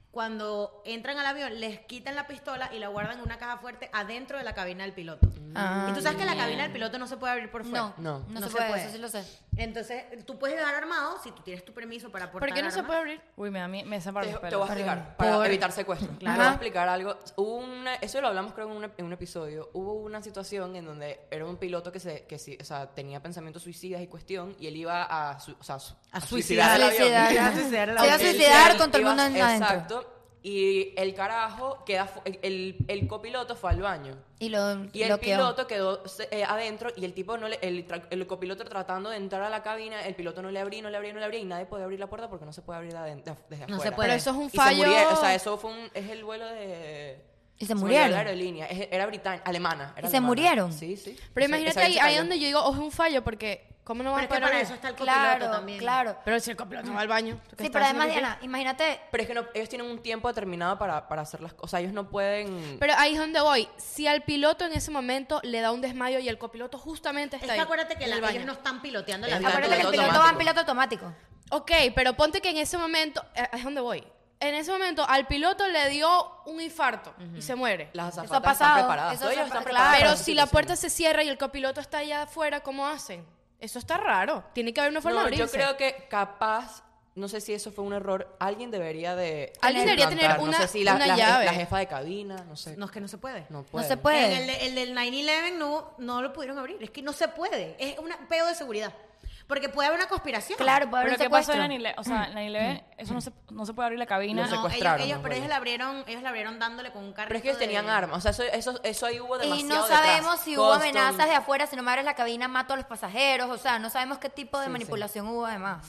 Speaker 1: cuando entran al avión les quitan la pistola y la guardan en una caja fuerte adentro de la cabina del piloto.
Speaker 5: Ah,
Speaker 1: y tú sabes que la cabina del piloto no se puede abrir por fuera.
Speaker 5: no, no,
Speaker 1: No
Speaker 5: se,
Speaker 1: se
Speaker 5: puede,
Speaker 1: puede.
Speaker 5: Eso sí lo sé.
Speaker 1: Entonces, tú puedes viajar armado si tú tienes tu permiso para portar
Speaker 2: ¿Por qué no se
Speaker 1: armas.
Speaker 2: puede abrir?
Speaker 3: Uy, me da mi- me desamparan
Speaker 4: Te,
Speaker 3: los
Speaker 4: te voy a
Speaker 3: pelos.
Speaker 4: explicar,
Speaker 5: Perdón.
Speaker 4: para
Speaker 5: Por-
Speaker 4: evitar secuestro. Te voy
Speaker 5: Ajá.
Speaker 4: a explicar algo. Hubo una- eso lo hablamos creo en, una- en un episodio. Hubo una situación en donde era un piloto que, se, que sí, o sea, tenía pensamientos suicidas y cuestión, y él iba a, su- o sea, su-
Speaker 1: A
Speaker 4: suicidar el avión.
Speaker 5: suicidar.
Speaker 1: Se iba a suicidar el
Speaker 5: Se iba a
Speaker 1: avión.
Speaker 5: suicidar
Speaker 4: Él-
Speaker 5: con todo el
Speaker 4: ibas-
Speaker 5: mundo en- adentro.
Speaker 4: Exacto. Y el carajo queda. fu- el- El, el copiloto fue al baño.
Speaker 5: Y lo,
Speaker 4: Y el
Speaker 5: lo quedó.
Speaker 4: piloto quedó se- eh, adentro y el tipo no le, el, tra- el copiloto tratando de entrar a la cabina, el piloto no le abría, no le abría, no le abría y nadie podía abrir la puerta porque no se puede abrir de aden- de af- desde
Speaker 1: No se
Speaker 4: afuera.
Speaker 1: puede.
Speaker 2: Pero eso es un
Speaker 4: Y se
Speaker 2: fallo.
Speaker 4: murieron, o sea, eso fue un, es el vuelo de
Speaker 5: Y se
Speaker 4: murió de
Speaker 5: murieron.
Speaker 4: la aerolínea, es- era británica, alemana, era
Speaker 5: Y se
Speaker 4: alemana.
Speaker 5: murieron.
Speaker 4: Sí, sí.
Speaker 2: Pero
Speaker 4: Ese-
Speaker 2: imagínate
Speaker 4: ese avión
Speaker 2: ahí,
Speaker 4: se
Speaker 2: ahí
Speaker 4: cayó.
Speaker 2: donde yo digo, ojo, es un fallo, porque ¿cómo no
Speaker 1: Pero
Speaker 2: van a
Speaker 1: es que
Speaker 2: poder
Speaker 1: para
Speaker 2: abrir?
Speaker 1: eso está el copiloto
Speaker 5: Claro,
Speaker 1: también.
Speaker 5: claro.
Speaker 2: Pero si el copiloto va al baño. que
Speaker 5: Sí,
Speaker 2: está
Speaker 5: pero además,
Speaker 2: haciendo pipí.
Speaker 5: Diana, imagínate,
Speaker 4: Pero es que no, ellos tienen un tiempo determinado para, para hacer las cosas, o sea, ellos no pueden
Speaker 2: Pero ahí es donde voy. Si al piloto en ese momento le da un desmayo y el copiloto justamente
Speaker 1: Es
Speaker 2: está
Speaker 1: que
Speaker 2: ahí,
Speaker 1: acuérdate que
Speaker 2: en
Speaker 1: la,
Speaker 2: el
Speaker 1: ellos
Speaker 2: baño.
Speaker 1: no están piloteando el
Speaker 4: Es
Speaker 1: avión.
Speaker 4: Exacto,
Speaker 5: acuérdate que el
Speaker 4: piloto
Speaker 5: piloto va en
Speaker 4: automático.
Speaker 5: piloto automático.
Speaker 2: Ok, pero ponte que en ese momento, eh, ahí es donde voy. En ese momento al piloto le dio un infarto y se muere.
Speaker 4: las
Speaker 5: ha
Speaker 4: azafatas
Speaker 5: pasado,
Speaker 4: están preparadas.
Speaker 5: eso
Speaker 4: Todos
Speaker 5: se
Speaker 4: ellos
Speaker 5: ha-
Speaker 4: están
Speaker 5: claro.
Speaker 4: preparados.
Speaker 2: Pero
Speaker 4: para
Speaker 2: si la
Speaker 4: situaciones.
Speaker 2: puerta se cierra y el copiloto está allá afuera, ¿cómo hacen? Eso está raro. Tiene que haber una forma
Speaker 4: No,
Speaker 2: de abrirse.
Speaker 4: yo creo que capaz, no sé si eso fue un error, alguien debería de...
Speaker 2: Alguien debería
Speaker 4: implantar,
Speaker 2: tener
Speaker 4: no sé
Speaker 2: una-
Speaker 4: si la,
Speaker 2: una
Speaker 4: la je-
Speaker 2: llave.
Speaker 4: la jefa de cabina, no sé.
Speaker 1: No, es que no se puede.
Speaker 4: No
Speaker 5: No
Speaker 4: puede.
Speaker 5: se
Speaker 1: En el,
Speaker 5: puede.
Speaker 1: de- el del 9-11 no, no lo pudieron abrir. Es que no se puede. Es un peo de seguridad. Porque puede haber una conspiración.
Speaker 5: Claro, puede haber
Speaker 3: Pero
Speaker 5: un
Speaker 3: ¿qué pasó
Speaker 5: secuestro. Mm.
Speaker 3: en 9 O sea, en 9 eso no se, no se puede abrir la cabina.
Speaker 4: Los
Speaker 1: No, ellos,
Speaker 4: secuestraron,
Speaker 1: ellos-
Speaker 4: ¿no?
Speaker 1: pero ellos
Speaker 4: Bueno.
Speaker 1: la abrieron, ellos la abrieron dándole con un carro.
Speaker 4: Pero es que ellos tenían armas, o sea, eso, eso, eso ahí hubo demasiado
Speaker 5: Y no
Speaker 4: detrás.
Speaker 5: sabemos si hubo
Speaker 4: Custom.
Speaker 5: amenazas de afuera, si no me abres la cabina, mato a los pasajeros. O sea, no sabemos qué tipo de manipulación hubo además.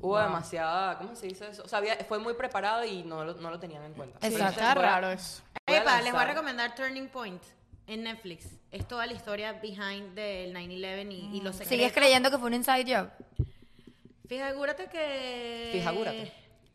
Speaker 4: Hubo demasiada, ¿cómo se dice eso? O sea, había- fue muy preparado y no lo, no lo tenían en cuenta.
Speaker 5: Exacto.
Speaker 4: Entonces,
Speaker 2: Está
Speaker 4: voy a-
Speaker 2: raro eso.
Speaker 4: voy a
Speaker 1: Epa, les voy a
Speaker 4: lanzar-
Speaker 1: recomendar Turning Point en Netflix. Es toda la historia behind del 9-11 y, y los
Speaker 4: Mm.
Speaker 1: secretos.
Speaker 5: ¿Sigues creyendo que fue un inside job?
Speaker 1: Fíjate que...
Speaker 4: Fíjate.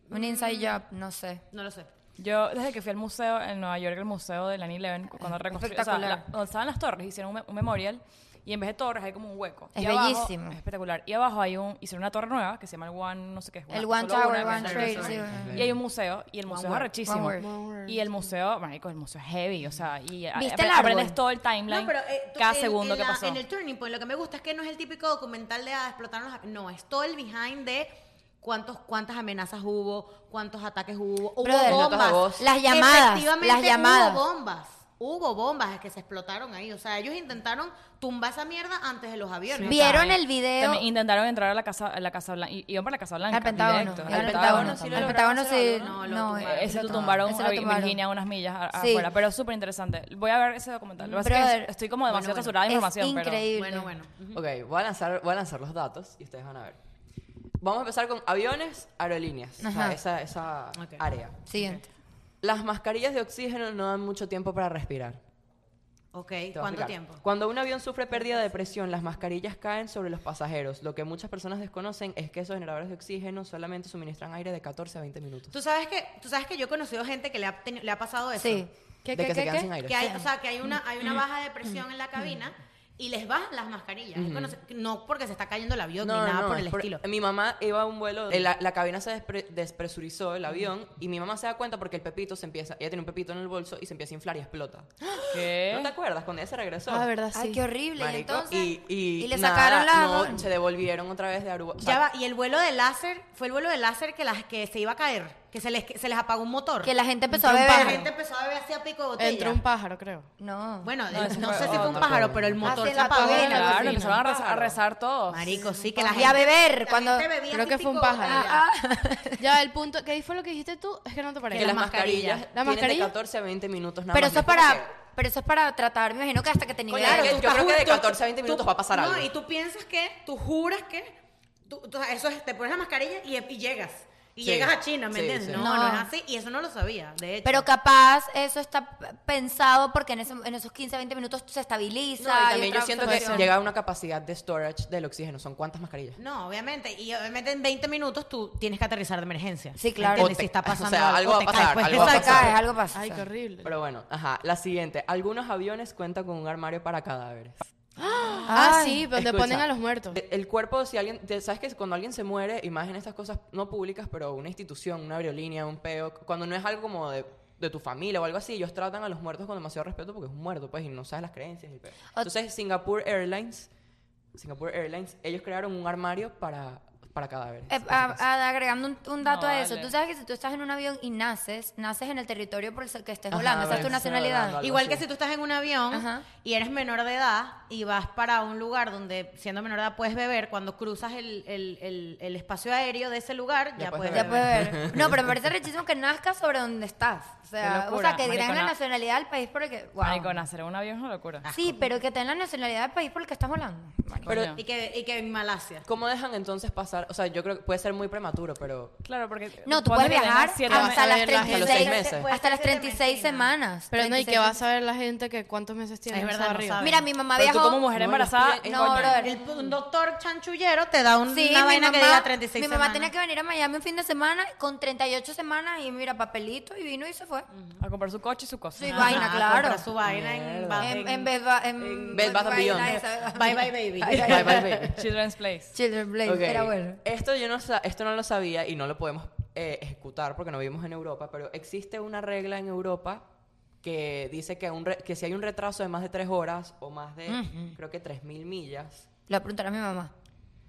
Speaker 5: Un inside job, no sé.
Speaker 1: No lo sé.
Speaker 3: Yo, desde que fui al museo en Nueva York, el museo de la 11 cuando reconstruyeron, o sea,
Speaker 5: espectacular.
Speaker 3: la- donde estaban las torres, hicieron un, me- un memorial y en vez de torres hay como un hueco.
Speaker 5: Es
Speaker 3: Y abajo-
Speaker 5: bellísimo.
Speaker 3: es espectacular. Y abajo hay un, hicieron una torre nueva que se llama el One, no sé qué es.
Speaker 5: El
Speaker 3: una-
Speaker 5: One
Speaker 3: solo
Speaker 5: Tower,
Speaker 3: una,
Speaker 5: One
Speaker 3: que es
Speaker 5: Trade,
Speaker 3: una
Speaker 5: sí,
Speaker 3: torre.
Speaker 5: bueno.
Speaker 3: Y hay un museo y el museo es arrechísimo.
Speaker 5: One
Speaker 2: word.
Speaker 3: Y el museo, marico, el museo es heavy, o sea, y a-
Speaker 5: ¿Viste el
Speaker 3: apre- aprendes
Speaker 5: árbol?
Speaker 3: todo el timeline,
Speaker 1: No, pero, eh, tú-
Speaker 3: cada
Speaker 1: en-
Speaker 3: segundo
Speaker 1: en
Speaker 3: que
Speaker 1: la-
Speaker 3: pasó.
Speaker 1: En el Turning Point, lo que me gusta es que no es el típico documental de ah, explotaron los... No, es todo el behind de cuántos cuántas amenazas hubo, cuántos ataques hubo, hubo
Speaker 5: Brother,
Speaker 4: Las notas
Speaker 1: bombas.
Speaker 4: de voz.
Speaker 5: Las llamadas,
Speaker 1: Efectivamente,
Speaker 5: las llamadas.
Speaker 1: Hubo bombas. Hubo bombas que se explotaron ahí. O sea, ellos intentaron tumbar esa mierda antes de los aviones.
Speaker 5: Bien. ¿Vieron
Speaker 3: También-
Speaker 5: el video?
Speaker 3: También intentaron entrar a la casa, a la casa blanca, y, iban para la casa blanca.
Speaker 5: Al Pentágono.
Speaker 3: directo,
Speaker 5: Al
Speaker 3: al
Speaker 5: Pentágono.
Speaker 4: sí
Speaker 5: Al Pentágono,
Speaker 4: lo lograron
Speaker 5: sí.
Speaker 4: hacer algo,
Speaker 5: No,
Speaker 1: ¿no? No,
Speaker 5: eh,
Speaker 1: eh,
Speaker 5: ese
Speaker 3: Ese
Speaker 5: lo
Speaker 3: lo tumbaron
Speaker 5: tumbaron, ese
Speaker 3: a
Speaker 5: lo
Speaker 3: Vi-
Speaker 5: tumbaron.
Speaker 3: Virginia unas millas a-
Speaker 5: Sí.
Speaker 3: afuera, pero es súper interesante. Voy a ver ese documental. Lo que pasa es que
Speaker 5: Brother,
Speaker 3: estoy como demasiado
Speaker 1: bueno,
Speaker 3: saturada de
Speaker 5: Es
Speaker 3: información, pero...
Speaker 5: increíble.
Speaker 1: Bueno, bueno.
Speaker 4: Ok, voy a, lanzar, voy a lanzar los datos y ustedes van a ver. Vamos a empezar con aviones, aerolíneas, o sea,
Speaker 5: Ajá.
Speaker 4: esa, esa
Speaker 1: Ok.
Speaker 4: área.
Speaker 5: Siguiente.
Speaker 4: Las mascarillas de oxígeno no dan mucho tiempo para respirar.
Speaker 1: Ok,
Speaker 4: Te voy a
Speaker 1: ¿cuánto
Speaker 4: explicar.
Speaker 1: tiempo?
Speaker 4: Cuando un avión sufre pérdida de presión, las mascarillas caen sobre los pasajeros. Lo que muchas personas desconocen es que esos generadores de oxígeno solamente suministran aire de 14 a 20 minutos.
Speaker 1: ¿Tú sabes, que, tú sabes que yo he conocido gente que le ha, teni- le ha pasado eso.
Speaker 5: Sí.
Speaker 2: ¿Qué,
Speaker 4: de
Speaker 2: qué,
Speaker 4: que se
Speaker 2: qué,
Speaker 4: quedan
Speaker 2: qué?
Speaker 4: sin aire.
Speaker 1: Que hay, o sea, que hay una, hay una baja de presión en la cabina y les bajan las mascarillas. Hay conoce- No porque se está cayendo el avión ni nada por
Speaker 4: es
Speaker 1: el estilo.
Speaker 4: Mi mamá iba a un vuelo, eh, la, la cabina se despre- despresurizó el avión y mi mamá se da cuenta porque el pepito se empieza, ella tiene un pepito en el bolso y se empieza a inflar y explota. ¿No te
Speaker 3: ¿Qué?
Speaker 4: acuerdas cuando ella se regresó?
Speaker 2: Ah, verdad, sí.
Speaker 5: Ay, qué horrible.
Speaker 4: Marico,
Speaker 5: y entonces.
Speaker 4: y, y
Speaker 5: y le
Speaker 4: nada,
Speaker 5: sacaron la.
Speaker 4: No, se devolvieron otra vez de Aruba. O sea,
Speaker 1: Ya va, y el vuelo de láser, fue el vuelo de láser que las que se iba a caer, que se les, que se les apagó un motor.
Speaker 5: Que la gente empezó a
Speaker 1: Entró un pájaro.
Speaker 5: beber.
Speaker 1: La gente empezó a beber así a pico de botella.
Speaker 2: Entró un pájaro, creo.
Speaker 5: No.
Speaker 1: Bueno,
Speaker 3: No,
Speaker 1: el-
Speaker 3: ese
Speaker 1: no
Speaker 3: fue
Speaker 1: sé si fue un
Speaker 4: otro.
Speaker 1: pájaro, pero el
Speaker 4: Ah,
Speaker 1: motor
Speaker 5: se
Speaker 1: se
Speaker 5: la
Speaker 1: apagó.
Speaker 5: apagó,
Speaker 1: en la
Speaker 3: Claro,
Speaker 1: cocina.
Speaker 3: empezaron a rezar, a rezar todos.
Speaker 1: Marico, sí, que la
Speaker 5: pájaro.
Speaker 1: gente...
Speaker 5: Y a beber,
Speaker 1: la
Speaker 5: cuando-
Speaker 1: gente bebía
Speaker 2: Creo
Speaker 1: así
Speaker 2: que fue un
Speaker 1: pico de
Speaker 2: pájaro.
Speaker 1: botella.
Speaker 5: Ah,
Speaker 2: Ya, el punto... ¿Qué fue lo que dijiste tú? Es que no te
Speaker 4: que
Speaker 2: parece.
Speaker 4: las
Speaker 1: la mascarilla.
Speaker 4: mascarillas
Speaker 2: ¿La
Speaker 4: tienen de
Speaker 2: mascarilla?
Speaker 4: 14 a 20 minutos nada
Speaker 5: pero
Speaker 4: más.
Speaker 5: eso es
Speaker 4: Es como
Speaker 5: para. Pero eso es para tratar, me imagino que hasta que te
Speaker 4: que- coño,
Speaker 5: niveles.
Speaker 4: es que
Speaker 1: tú
Speaker 4: yo
Speaker 1: estás
Speaker 4: creo que de
Speaker 1: junto-
Speaker 4: 14 a 20
Speaker 1: tú-
Speaker 4: minutos va a pasar algo.
Speaker 1: No, y tú piensas que, tú juras que, tú- tú- eso es, te pones la mascarilla y, y llegas. Y
Speaker 4: Sí.
Speaker 1: llegas a China, ¿me
Speaker 4: Sí,
Speaker 1: entiendes?
Speaker 4: sí.
Speaker 1: No,
Speaker 5: No.
Speaker 1: no, es así. Y eso no lo sabía, de hecho.
Speaker 5: Pero capaz eso está p- pensado porque en, ese- en esos 15, 20 minutos se estabiliza.
Speaker 4: No,
Speaker 5: hay
Speaker 4: y también yo
Speaker 5: otra
Speaker 4: siento que
Speaker 5: absorción.
Speaker 4: llega a una capacidad de storage del oxígeno. ¿Son cuántas mascarillas?
Speaker 1: No, obviamente. Y obviamente en 20 minutos tú tienes que aterrizar de emergencia.
Speaker 5: Sí, claro.
Speaker 1: ¿Entiendes?
Speaker 4: O te-
Speaker 1: si está pasando
Speaker 4: o sea, algo va a
Speaker 1: te caes,
Speaker 4: pasar,
Speaker 1: pues.
Speaker 4: algo va a
Speaker 5: Exacto,
Speaker 4: pasar.
Speaker 5: es algo pasa.
Speaker 2: Ay, qué horrible.
Speaker 4: Pero bueno, ajá. La siguiente. Algunos aviones cuentan con un armario para cadáveres.
Speaker 2: Ah,
Speaker 5: Ay,
Speaker 2: sí, donde
Speaker 4: Escucha,
Speaker 2: ponen a los muertos.
Speaker 4: e- El cuerpo, si alguien, te- sabes que cuando alguien se muere, y más en estas cosas no públicas, pero una institución, una aerolínea, un peo, cuando no es algo como de, de tu familia o algo así, ellos tratan a los muertos con demasiado respeto porque es un muerto, pues, y no sabes las creencias y el peo.
Speaker 5: O-
Speaker 4: Entonces, Singapore Airlines, Singapore Airlines, ellos crearon un armario para para cadáveres.
Speaker 5: Eh,
Speaker 2: ah,
Speaker 5: a- a- agregando un, un dato
Speaker 3: No,
Speaker 5: a eso,
Speaker 3: vale.
Speaker 5: tú sabes que si tú estás en un avión y naces, naces en el territorio por el que estés
Speaker 4: Ajá,
Speaker 5: volando, esa es tu
Speaker 4: bueno,
Speaker 5: nacionalidad.
Speaker 4: algo
Speaker 1: Igual que
Speaker 4: así.
Speaker 1: si tú estás en un avión
Speaker 5: Ajá.
Speaker 1: y eres menor de edad y vas para un lugar donde siendo menor de edad puedes beber, cuando cruzas el, el- el- el espacio aéreo de ese lugar ya,
Speaker 4: Ya
Speaker 1: puedes
Speaker 4: puedes
Speaker 5: Ya
Speaker 1: beber.
Speaker 5: puedes ver. No, pero me parece rechísimo que nazcas sobre donde estás. O sea,
Speaker 3: Qué
Speaker 5: o
Speaker 3: locura,
Speaker 5: sea que te den la
Speaker 3: maricona.
Speaker 5: nacionalidad del país por el que. wow.
Speaker 3: Marico, nacer en un avión es una locura.
Speaker 5: Sí, pero que te den la nacionalidad del país por el que estás volando. Bueno,
Speaker 4: Pero-
Speaker 3: Coño.
Speaker 1: Y que, y que en Malasia.
Speaker 4: ¿Cómo dejan entonces pasar? O sea, yo creo que puede ser muy prematuro, pero...
Speaker 3: Claro, porque...
Speaker 5: No, tú
Speaker 3: ponle que
Speaker 5: puedes
Speaker 3: tengas
Speaker 5: viajar
Speaker 3: siete
Speaker 2: a-
Speaker 3: meses.
Speaker 5: hasta las
Speaker 2: Hasta los seis
Speaker 5: 36,
Speaker 4: meses.
Speaker 5: hasta las
Speaker 1: Puede ser
Speaker 5: 36
Speaker 1: siete
Speaker 5: semanas.
Speaker 2: Pero no, y que
Speaker 5: 36
Speaker 2: va a saber la gente que cuántos meses tiene.
Speaker 1: Es
Speaker 2: esa
Speaker 1: verdad, no
Speaker 2: barriga.
Speaker 1: sabe.
Speaker 5: Mira, mi mamá
Speaker 3: Pero tú
Speaker 5: viajó.
Speaker 3: como mujer
Speaker 4: No, los
Speaker 3: embarazada...
Speaker 4: pies-
Speaker 5: No, brother.
Speaker 1: El- un doctor chanchullero te da un-
Speaker 5: Sí,
Speaker 1: una
Speaker 5: mi
Speaker 1: vaina
Speaker 5: mamá,
Speaker 1: que diga 36
Speaker 5: Mi mamá
Speaker 1: semanas.
Speaker 5: tenía que venir a Miami un fin de semana con 38 semanas y mira, papelito y vino y se fue.
Speaker 3: A comprar su coche y su cosa.
Speaker 5: Sí,
Speaker 1: Ajá,
Speaker 5: vaina, claro.
Speaker 1: compra su vaina en,
Speaker 4: Mierda.
Speaker 5: En,
Speaker 1: en-
Speaker 5: en Bed Ba- en-
Speaker 4: Bed Bath and
Speaker 5: vaina
Speaker 4: Beyond.
Speaker 5: esa.
Speaker 1: Bye Bye Baby.
Speaker 4: Bye, bye, baby.
Speaker 3: Children's Place.
Speaker 5: Children's Play,
Speaker 4: Ok.
Speaker 5: era bueno.
Speaker 4: Esto yo no sa- esto no lo sabía y no lo podemos eh, ejecutar porque no vivimos en Europa, pero existe una regla en Europa que dice que, un re- que si hay un retraso de más de tres horas o más de, creo que 3.000 millas,
Speaker 5: Lo preguntará mi mamá.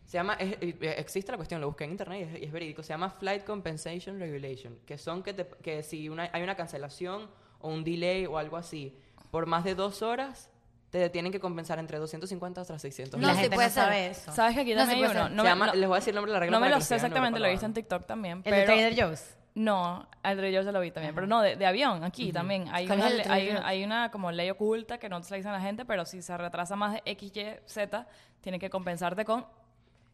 Speaker 4: se llama, es- eh, existe la cuestión, lo busqué en internet y es, y es verídico, se llama Flight Compensation Regulation, que son que, te- que si una- hay una cancelación o un delay o algo así, por más de dos horas, te tienen que compensar entre 250 hasta 600
Speaker 5: No,
Speaker 1: La
Speaker 5: sí
Speaker 1: gente
Speaker 5: puede
Speaker 1: no sabe
Speaker 5: ser.
Speaker 1: eso.
Speaker 3: ¿Sabes que aquí
Speaker 5: No se
Speaker 3: también hay
Speaker 5: puede
Speaker 3: uno?
Speaker 5: hacer.
Speaker 3: No
Speaker 4: Se
Speaker 3: me,
Speaker 4: llama-
Speaker 3: no-
Speaker 4: les voy a decir el nombre de la regla.
Speaker 3: no me
Speaker 4: para
Speaker 3: lo
Speaker 4: que
Speaker 3: sé
Speaker 4: sigan, no
Speaker 3: exactamente, lo
Speaker 4: recuerdo.
Speaker 3: viste en TikTok también.
Speaker 1: El de
Speaker 3: pero-
Speaker 1: Trader Joe's.
Speaker 3: No, al de George lo vi también, pero no, de, de avión, aquí también. Hay
Speaker 5: ¿Cuál
Speaker 3: una,
Speaker 5: es el
Speaker 3: le-
Speaker 5: de
Speaker 3: hay,
Speaker 5: avión?
Speaker 3: hay una como ley oculta que no se la dicen a la gente, pero si se retrasa más de X, Y, Z, tienen que compensarte con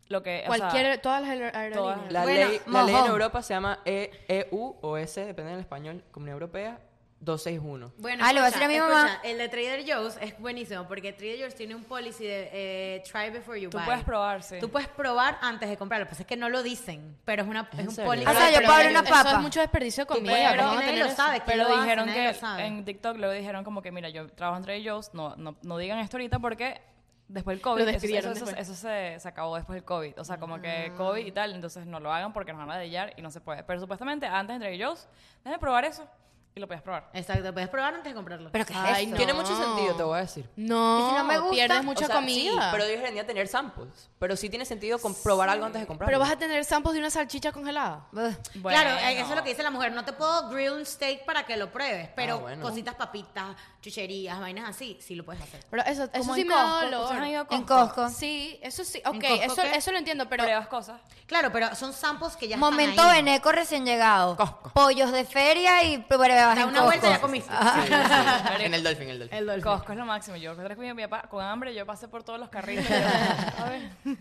Speaker 3: lo que... o sea,
Speaker 2: Cualquier, todas las aer-
Speaker 3: todas.
Speaker 2: aerolíneas.
Speaker 4: La,
Speaker 5: Bueno,
Speaker 4: ley, la ley en
Speaker 5: mojón.
Speaker 4: Europa se llama E- EU o S, depende del español, Comunidad Europea, 261.
Speaker 1: Bueno,
Speaker 5: Ah, le voy a decir a mi
Speaker 1: escucha,
Speaker 5: mamá.
Speaker 1: El de Trader Joe's es buenísimo porque Trader Joe's tiene un policy de eh, try before you
Speaker 3: Tú
Speaker 1: buy.
Speaker 3: puedes probar, sí.
Speaker 1: Tú puedes probar antes de comprar. Lo que pasa es que no lo dicen, pero es, una, es
Speaker 4: ¿En
Speaker 1: un
Speaker 4: serio?
Speaker 1: policy.
Speaker 5: O sea, yo
Speaker 2: Pero
Speaker 5: puedo abrir
Speaker 2: eso-
Speaker 5: una papa.
Speaker 2: Eso es mucho desperdicio de comida.
Speaker 1: puedes,
Speaker 2: ¿cómo
Speaker 1: pero
Speaker 2: van a
Speaker 1: nadie
Speaker 2: tener
Speaker 1: pues, lo
Speaker 2: eso?
Speaker 1: sabe. ¿quién
Speaker 3: Pero
Speaker 1: lo hace?
Speaker 3: dijeron
Speaker 1: Nadie
Speaker 3: que
Speaker 1: lo sabe.
Speaker 3: en TikTok luego dijeron como que, mira, yo trabajo entre ellos, no, no, no digan esto ahorita porque después del COVID,
Speaker 2: Lo
Speaker 3: eso,
Speaker 2: describieron
Speaker 3: eso- eso-
Speaker 2: después.
Speaker 3: eso se, se acabó después del COVID. O sea, como
Speaker 1: Ah.
Speaker 3: que COVID y tal, entonces no lo hagan porque nos van a dellar y no se puede. Pero supuestamente antes entre ellos, déjame probar eso y lo puedes probar.
Speaker 1: Exacto, puedes probar antes de comprarlo.
Speaker 5: ¿Pero qué es
Speaker 2: Ay,
Speaker 5: esto?
Speaker 2: no.
Speaker 4: Tiene mucho sentido, te voy a decir.
Speaker 2: No,
Speaker 5: ¿Y si no me gusta?
Speaker 2: pierdes mucha
Speaker 4: O sea,
Speaker 2: comida.
Speaker 4: Sí, pero ellos deberían tener samples. Pero sí tiene sentido com- probar algo antes de comprarlo.
Speaker 2: Pero vas a tener samples de una salchicha congelada.
Speaker 5: Ugh.
Speaker 1: Claro,
Speaker 3: Bueno.
Speaker 1: eh, eso es lo que dice la mujer. No te puedo grill un steak para que lo pruebes, pero
Speaker 4: Ah, bueno.
Speaker 1: cositas, papitas, chucherías, vainas así, sí lo puedes hacer.
Speaker 2: Pero eso, eso
Speaker 3: Como
Speaker 2: sí
Speaker 3: en
Speaker 2: me da
Speaker 3: Costco.
Speaker 2: dolor.
Speaker 3: ¿Ustedes han ido a
Speaker 5: En Costco.
Speaker 2: Sí, eso sí.
Speaker 3: ¿En
Speaker 2: Ok,
Speaker 3: Costco
Speaker 2: eso,
Speaker 3: qué?
Speaker 2: eso lo entiendo, pero...
Speaker 3: Pruebas cosas.
Speaker 1: Claro, pero son samples que ya
Speaker 5: Momento
Speaker 1: están ahí.
Speaker 5: Beneco recién llegado. Pollos de feria y pruebas
Speaker 1: Da
Speaker 5: en
Speaker 1: una vuelta y ya
Speaker 5: Costco.
Speaker 1: comiste.
Speaker 4: en el Dolphin, el Dolphin.
Speaker 3: Costco es lo máximo. Yo otra vez comí a mi papá con hambre, yo pasé por todos los carritos. y yo, a ver.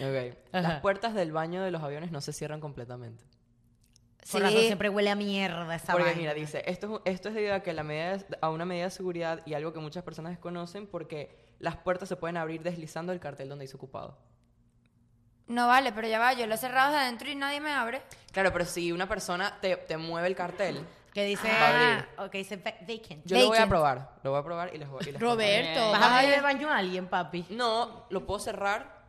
Speaker 4: Ok. Las puertas del baño de los aviones no se cierran completamente.
Speaker 1: Por razón, siempre huele a mierda esa
Speaker 4: Porque
Speaker 1: vaina.
Speaker 4: mira, dice, esto es, un- esto es debido a que la medida de- a una medida de seguridad y algo que muchas personas desconocen porque las puertas se pueden abrir deslizando el cartel donde dice ocupado.
Speaker 5: No vale, pero ya va, yo lo he cerrado desde adentro y nadie me abre.
Speaker 4: Claro, pero si una persona te, te mueve el cartel,
Speaker 1: Que dice,
Speaker 4: Ah.
Speaker 1: o que dice va- vacant.
Speaker 4: yo lo voy a
Speaker 5: Vacant.
Speaker 4: probar. Lo voy a probar y les voy y les contaré.
Speaker 2: Roberto,
Speaker 1: Vas a
Speaker 2: vas
Speaker 1: abrir el
Speaker 2: a-
Speaker 1: baño a alguien, papi.
Speaker 4: No, lo puedo cerrar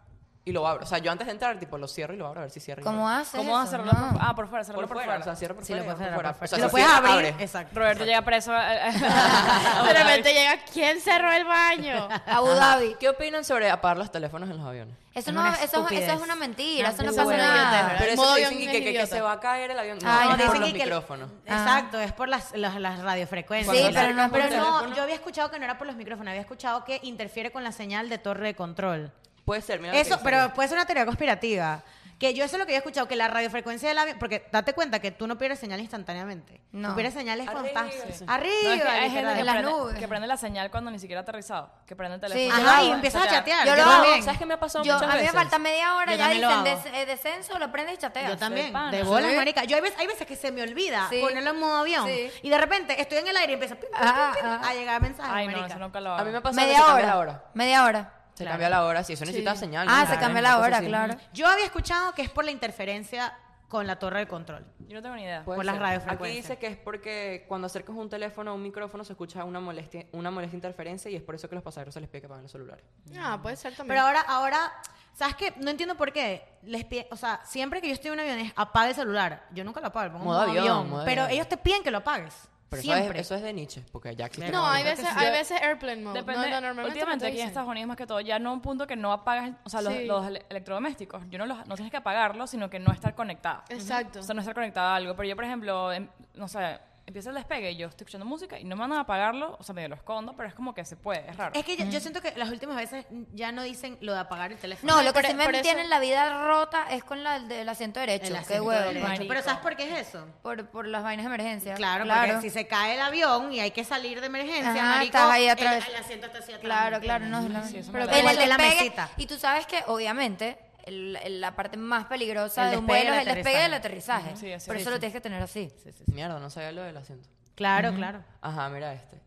Speaker 4: y lo abro. O sea, yo antes de entrar, tipo, lo cierro y lo abro a ver si cierra. y
Speaker 5: ¿Cómo
Speaker 4: no.
Speaker 5: haces
Speaker 3: ¿Cómo vas a
Speaker 5: eso?
Speaker 3: cerrarlo?
Speaker 5: No.
Speaker 3: por- Ah, por fuera, cerrarlo
Speaker 4: Por fuera, o sea, cierra por
Speaker 1: Sí, lo
Speaker 4: fuera.
Speaker 1: puedes
Speaker 4: por
Speaker 1: cerrar
Speaker 4: fuera.
Speaker 1: por fuera.
Speaker 4: O sea,
Speaker 1: Si
Speaker 4: si
Speaker 1: lo puedes
Speaker 4: cierra,
Speaker 1: abrir,
Speaker 4: abre.
Speaker 1: exacto.
Speaker 3: Roberto llega preso. eh,
Speaker 2: De repente llega, ¿quién cerró el baño?
Speaker 5: Abu Dhabi.
Speaker 4: ¿Qué opinan sobre apagar los teléfonos en los aviones? Ah,
Speaker 5: Eso
Speaker 1: Es
Speaker 5: no,
Speaker 1: una
Speaker 5: eso,
Speaker 1: estupidez.
Speaker 5: eso es una mentira, eso no
Speaker 1: Una
Speaker 5: pasa
Speaker 1: burla,
Speaker 5: nada.
Speaker 2: idiota,
Speaker 4: Pero eso
Speaker 2: modo
Speaker 4: que
Speaker 2: avión
Speaker 4: dicen que,
Speaker 2: es
Speaker 4: que- que
Speaker 2: idiota.
Speaker 4: se va a caer el avión. No,
Speaker 5: Ay,
Speaker 4: es
Speaker 5: no.
Speaker 4: por
Speaker 5: Dicen
Speaker 4: los
Speaker 1: Ah, que el-
Speaker 4: micrófonos.
Speaker 1: Exacto, es por las, las, las radiofrecuencias.
Speaker 5: Sí,
Speaker 4: Cuando
Speaker 5: pero
Speaker 4: acercas
Speaker 5: no, pero
Speaker 4: un
Speaker 1: No,
Speaker 4: teléfono,
Speaker 1: yo había escuchado que no era por los micrófonos, había escuchado que interfiere con la señal de torre de control.
Speaker 4: Puede ser, mira. lo que
Speaker 1: Eso,
Speaker 4: dice
Speaker 1: pero
Speaker 4: aquí.
Speaker 1: puede ser una teoría conspirativa. Que yo eso es lo que había escuchado, que la radiofrecuencia del avión, porque date cuenta que tú no pierdes señal instantáneamente.
Speaker 5: No.
Speaker 1: Tú pierdes señales cuando
Speaker 4: Arriba.
Speaker 1: estás
Speaker 4: Sí.
Speaker 1: arriba.
Speaker 3: No, es que hay gente
Speaker 1: literal.
Speaker 3: que
Speaker 5: En las
Speaker 3: prende,
Speaker 5: nubes.
Speaker 3: que prende la señal cuando ni siquiera ha aterrizado. Que prende el teléfono.
Speaker 5: Sí.
Speaker 1: Ajá,
Speaker 5: Yo
Speaker 1: y
Speaker 5: lo-
Speaker 1: empiezas a chatear.
Speaker 5: yo
Speaker 1: Yo,
Speaker 5: lo hago.
Speaker 1: también.
Speaker 4: ¿Sabes qué me ha pasado
Speaker 5: Yo,
Speaker 4: muchas
Speaker 5: a mí me
Speaker 4: veces?
Speaker 5: falta media hora,
Speaker 1: Yo
Speaker 5: ya
Speaker 1: también lo
Speaker 5: dicen
Speaker 1: hago.
Speaker 5: des- eh, descenso, lo prendes y chateas.
Speaker 1: Yo también,
Speaker 3: pana.
Speaker 1: de bolas,
Speaker 5: Sí.
Speaker 1: marica. Yo hay veces, hay veces que se me olvida
Speaker 5: Sí.
Speaker 1: ponerlo en modo avión.
Speaker 5: Sí.
Speaker 1: Y de repente estoy en el aire y empieza pim, pim, pim,
Speaker 5: Ah,
Speaker 1: pim,
Speaker 5: ah.
Speaker 1: a llegar mensajes,
Speaker 3: Ay, no,
Speaker 1: marica.
Speaker 3: eso nunca lo hago.
Speaker 4: A mí me ha pasado que se
Speaker 5: Media
Speaker 4: cambia
Speaker 5: hora.
Speaker 4: la hora.
Speaker 5: Media hora.
Speaker 4: Se cambia la hora, sí, eso necesita señal.
Speaker 5: Ah,
Speaker 4: ¿no?
Speaker 5: se cambia la
Speaker 4: Una cosa
Speaker 5: hora,
Speaker 4: así.
Speaker 5: claro.
Speaker 1: Yo había escuchado que es por la interferencia con la torre de control.
Speaker 3: Yo no tengo ni idea.
Speaker 4: Puede
Speaker 1: Por las
Speaker 4: ser. Aquí
Speaker 1: radiofrecuencias.
Speaker 4: dice que es porque cuando acercas un teléfono a un micrófono se escucha una molestia, una molestia interferencia y es por eso que los pasajeros se les pide que apaguen los celulares.
Speaker 2: Ah, puede ser también.
Speaker 1: Pero ahora, ahora, ¿sabes qué? No entiendo por qué. Les pide, o sea, siempre que yo estoy en un avión es apaga el celular. Yo nunca lo apago, le pongo
Speaker 4: Modo
Speaker 1: modo
Speaker 4: avión,
Speaker 1: avión.
Speaker 4: modo
Speaker 1: pero
Speaker 4: avión.
Speaker 1: ellos te piden que lo apagues.
Speaker 4: Pero eso es-
Speaker 1: Siempre.
Speaker 4: Eso, es, de Nietzsche, porque ya existe.
Speaker 2: No,
Speaker 4: la-
Speaker 2: hay veces, hay veces airplane mode.
Speaker 3: Depende,
Speaker 2: no, no, normalmente
Speaker 3: últimamente
Speaker 2: no te
Speaker 3: aquí en
Speaker 2: dicen.
Speaker 3: Estados Unidos más que todo, ya no a un punto que no apagas, o sea, los,
Speaker 2: Sí.
Speaker 3: los ele- electrodomésticos, yo no los, no tienes que apagarlos, sino que no estar conectada.
Speaker 2: Exacto.
Speaker 3: O sea, no estar conectada a algo. Pero yo, por ejemplo, em- no sé, empieza el despegue y yo estoy escuchando música y no me mandan a apagarlo, o sea, medio lo escondo, pero es como que se puede, es raro.
Speaker 1: Es que yo, yo siento que las últimas veces ya no dicen lo de apagar el teléfono.
Speaker 5: No, lo que
Speaker 2: por-
Speaker 5: se me
Speaker 2: por eso-
Speaker 5: tiene en la vida rota es con la del asiento derecho.
Speaker 1: El
Speaker 5: qué
Speaker 1: acento
Speaker 5: huevo.
Speaker 1: derecho.
Speaker 5: marico.
Speaker 1: Pero ¿sabes por qué es eso?
Speaker 5: Por, por las vainas de emergencia.
Speaker 1: Claro, porque si se cae el avión y hay que salir de emergencia,
Speaker 5: Ajá,
Speaker 1: marico,
Speaker 5: estás ahí
Speaker 1: el-
Speaker 5: atrás.
Speaker 1: El, asiento está así atrás.
Speaker 5: Claro,
Speaker 1: ¿me
Speaker 5: claro, no.
Speaker 1: entiendes?
Speaker 5: no.
Speaker 3: eso me
Speaker 5: Pero
Speaker 3: da
Speaker 5: en
Speaker 1: igual.
Speaker 5: el
Speaker 1: Igual que la
Speaker 5: despegue,
Speaker 1: mesita.
Speaker 5: Y tú sabes que, obviamente, el- el- la parte más peligrosa
Speaker 1: El
Speaker 5: de un
Speaker 1: despegue y
Speaker 5: vuelo
Speaker 1: el
Speaker 5: es el despegue y el aterrizaje.
Speaker 3: Ujú, sí, así
Speaker 5: Por
Speaker 3: es.
Speaker 5: eso lo tienes que tener así.
Speaker 4: Mierda, no sabía lo del asiento.
Speaker 1: Claro, claro.
Speaker 4: Ajá, mira este.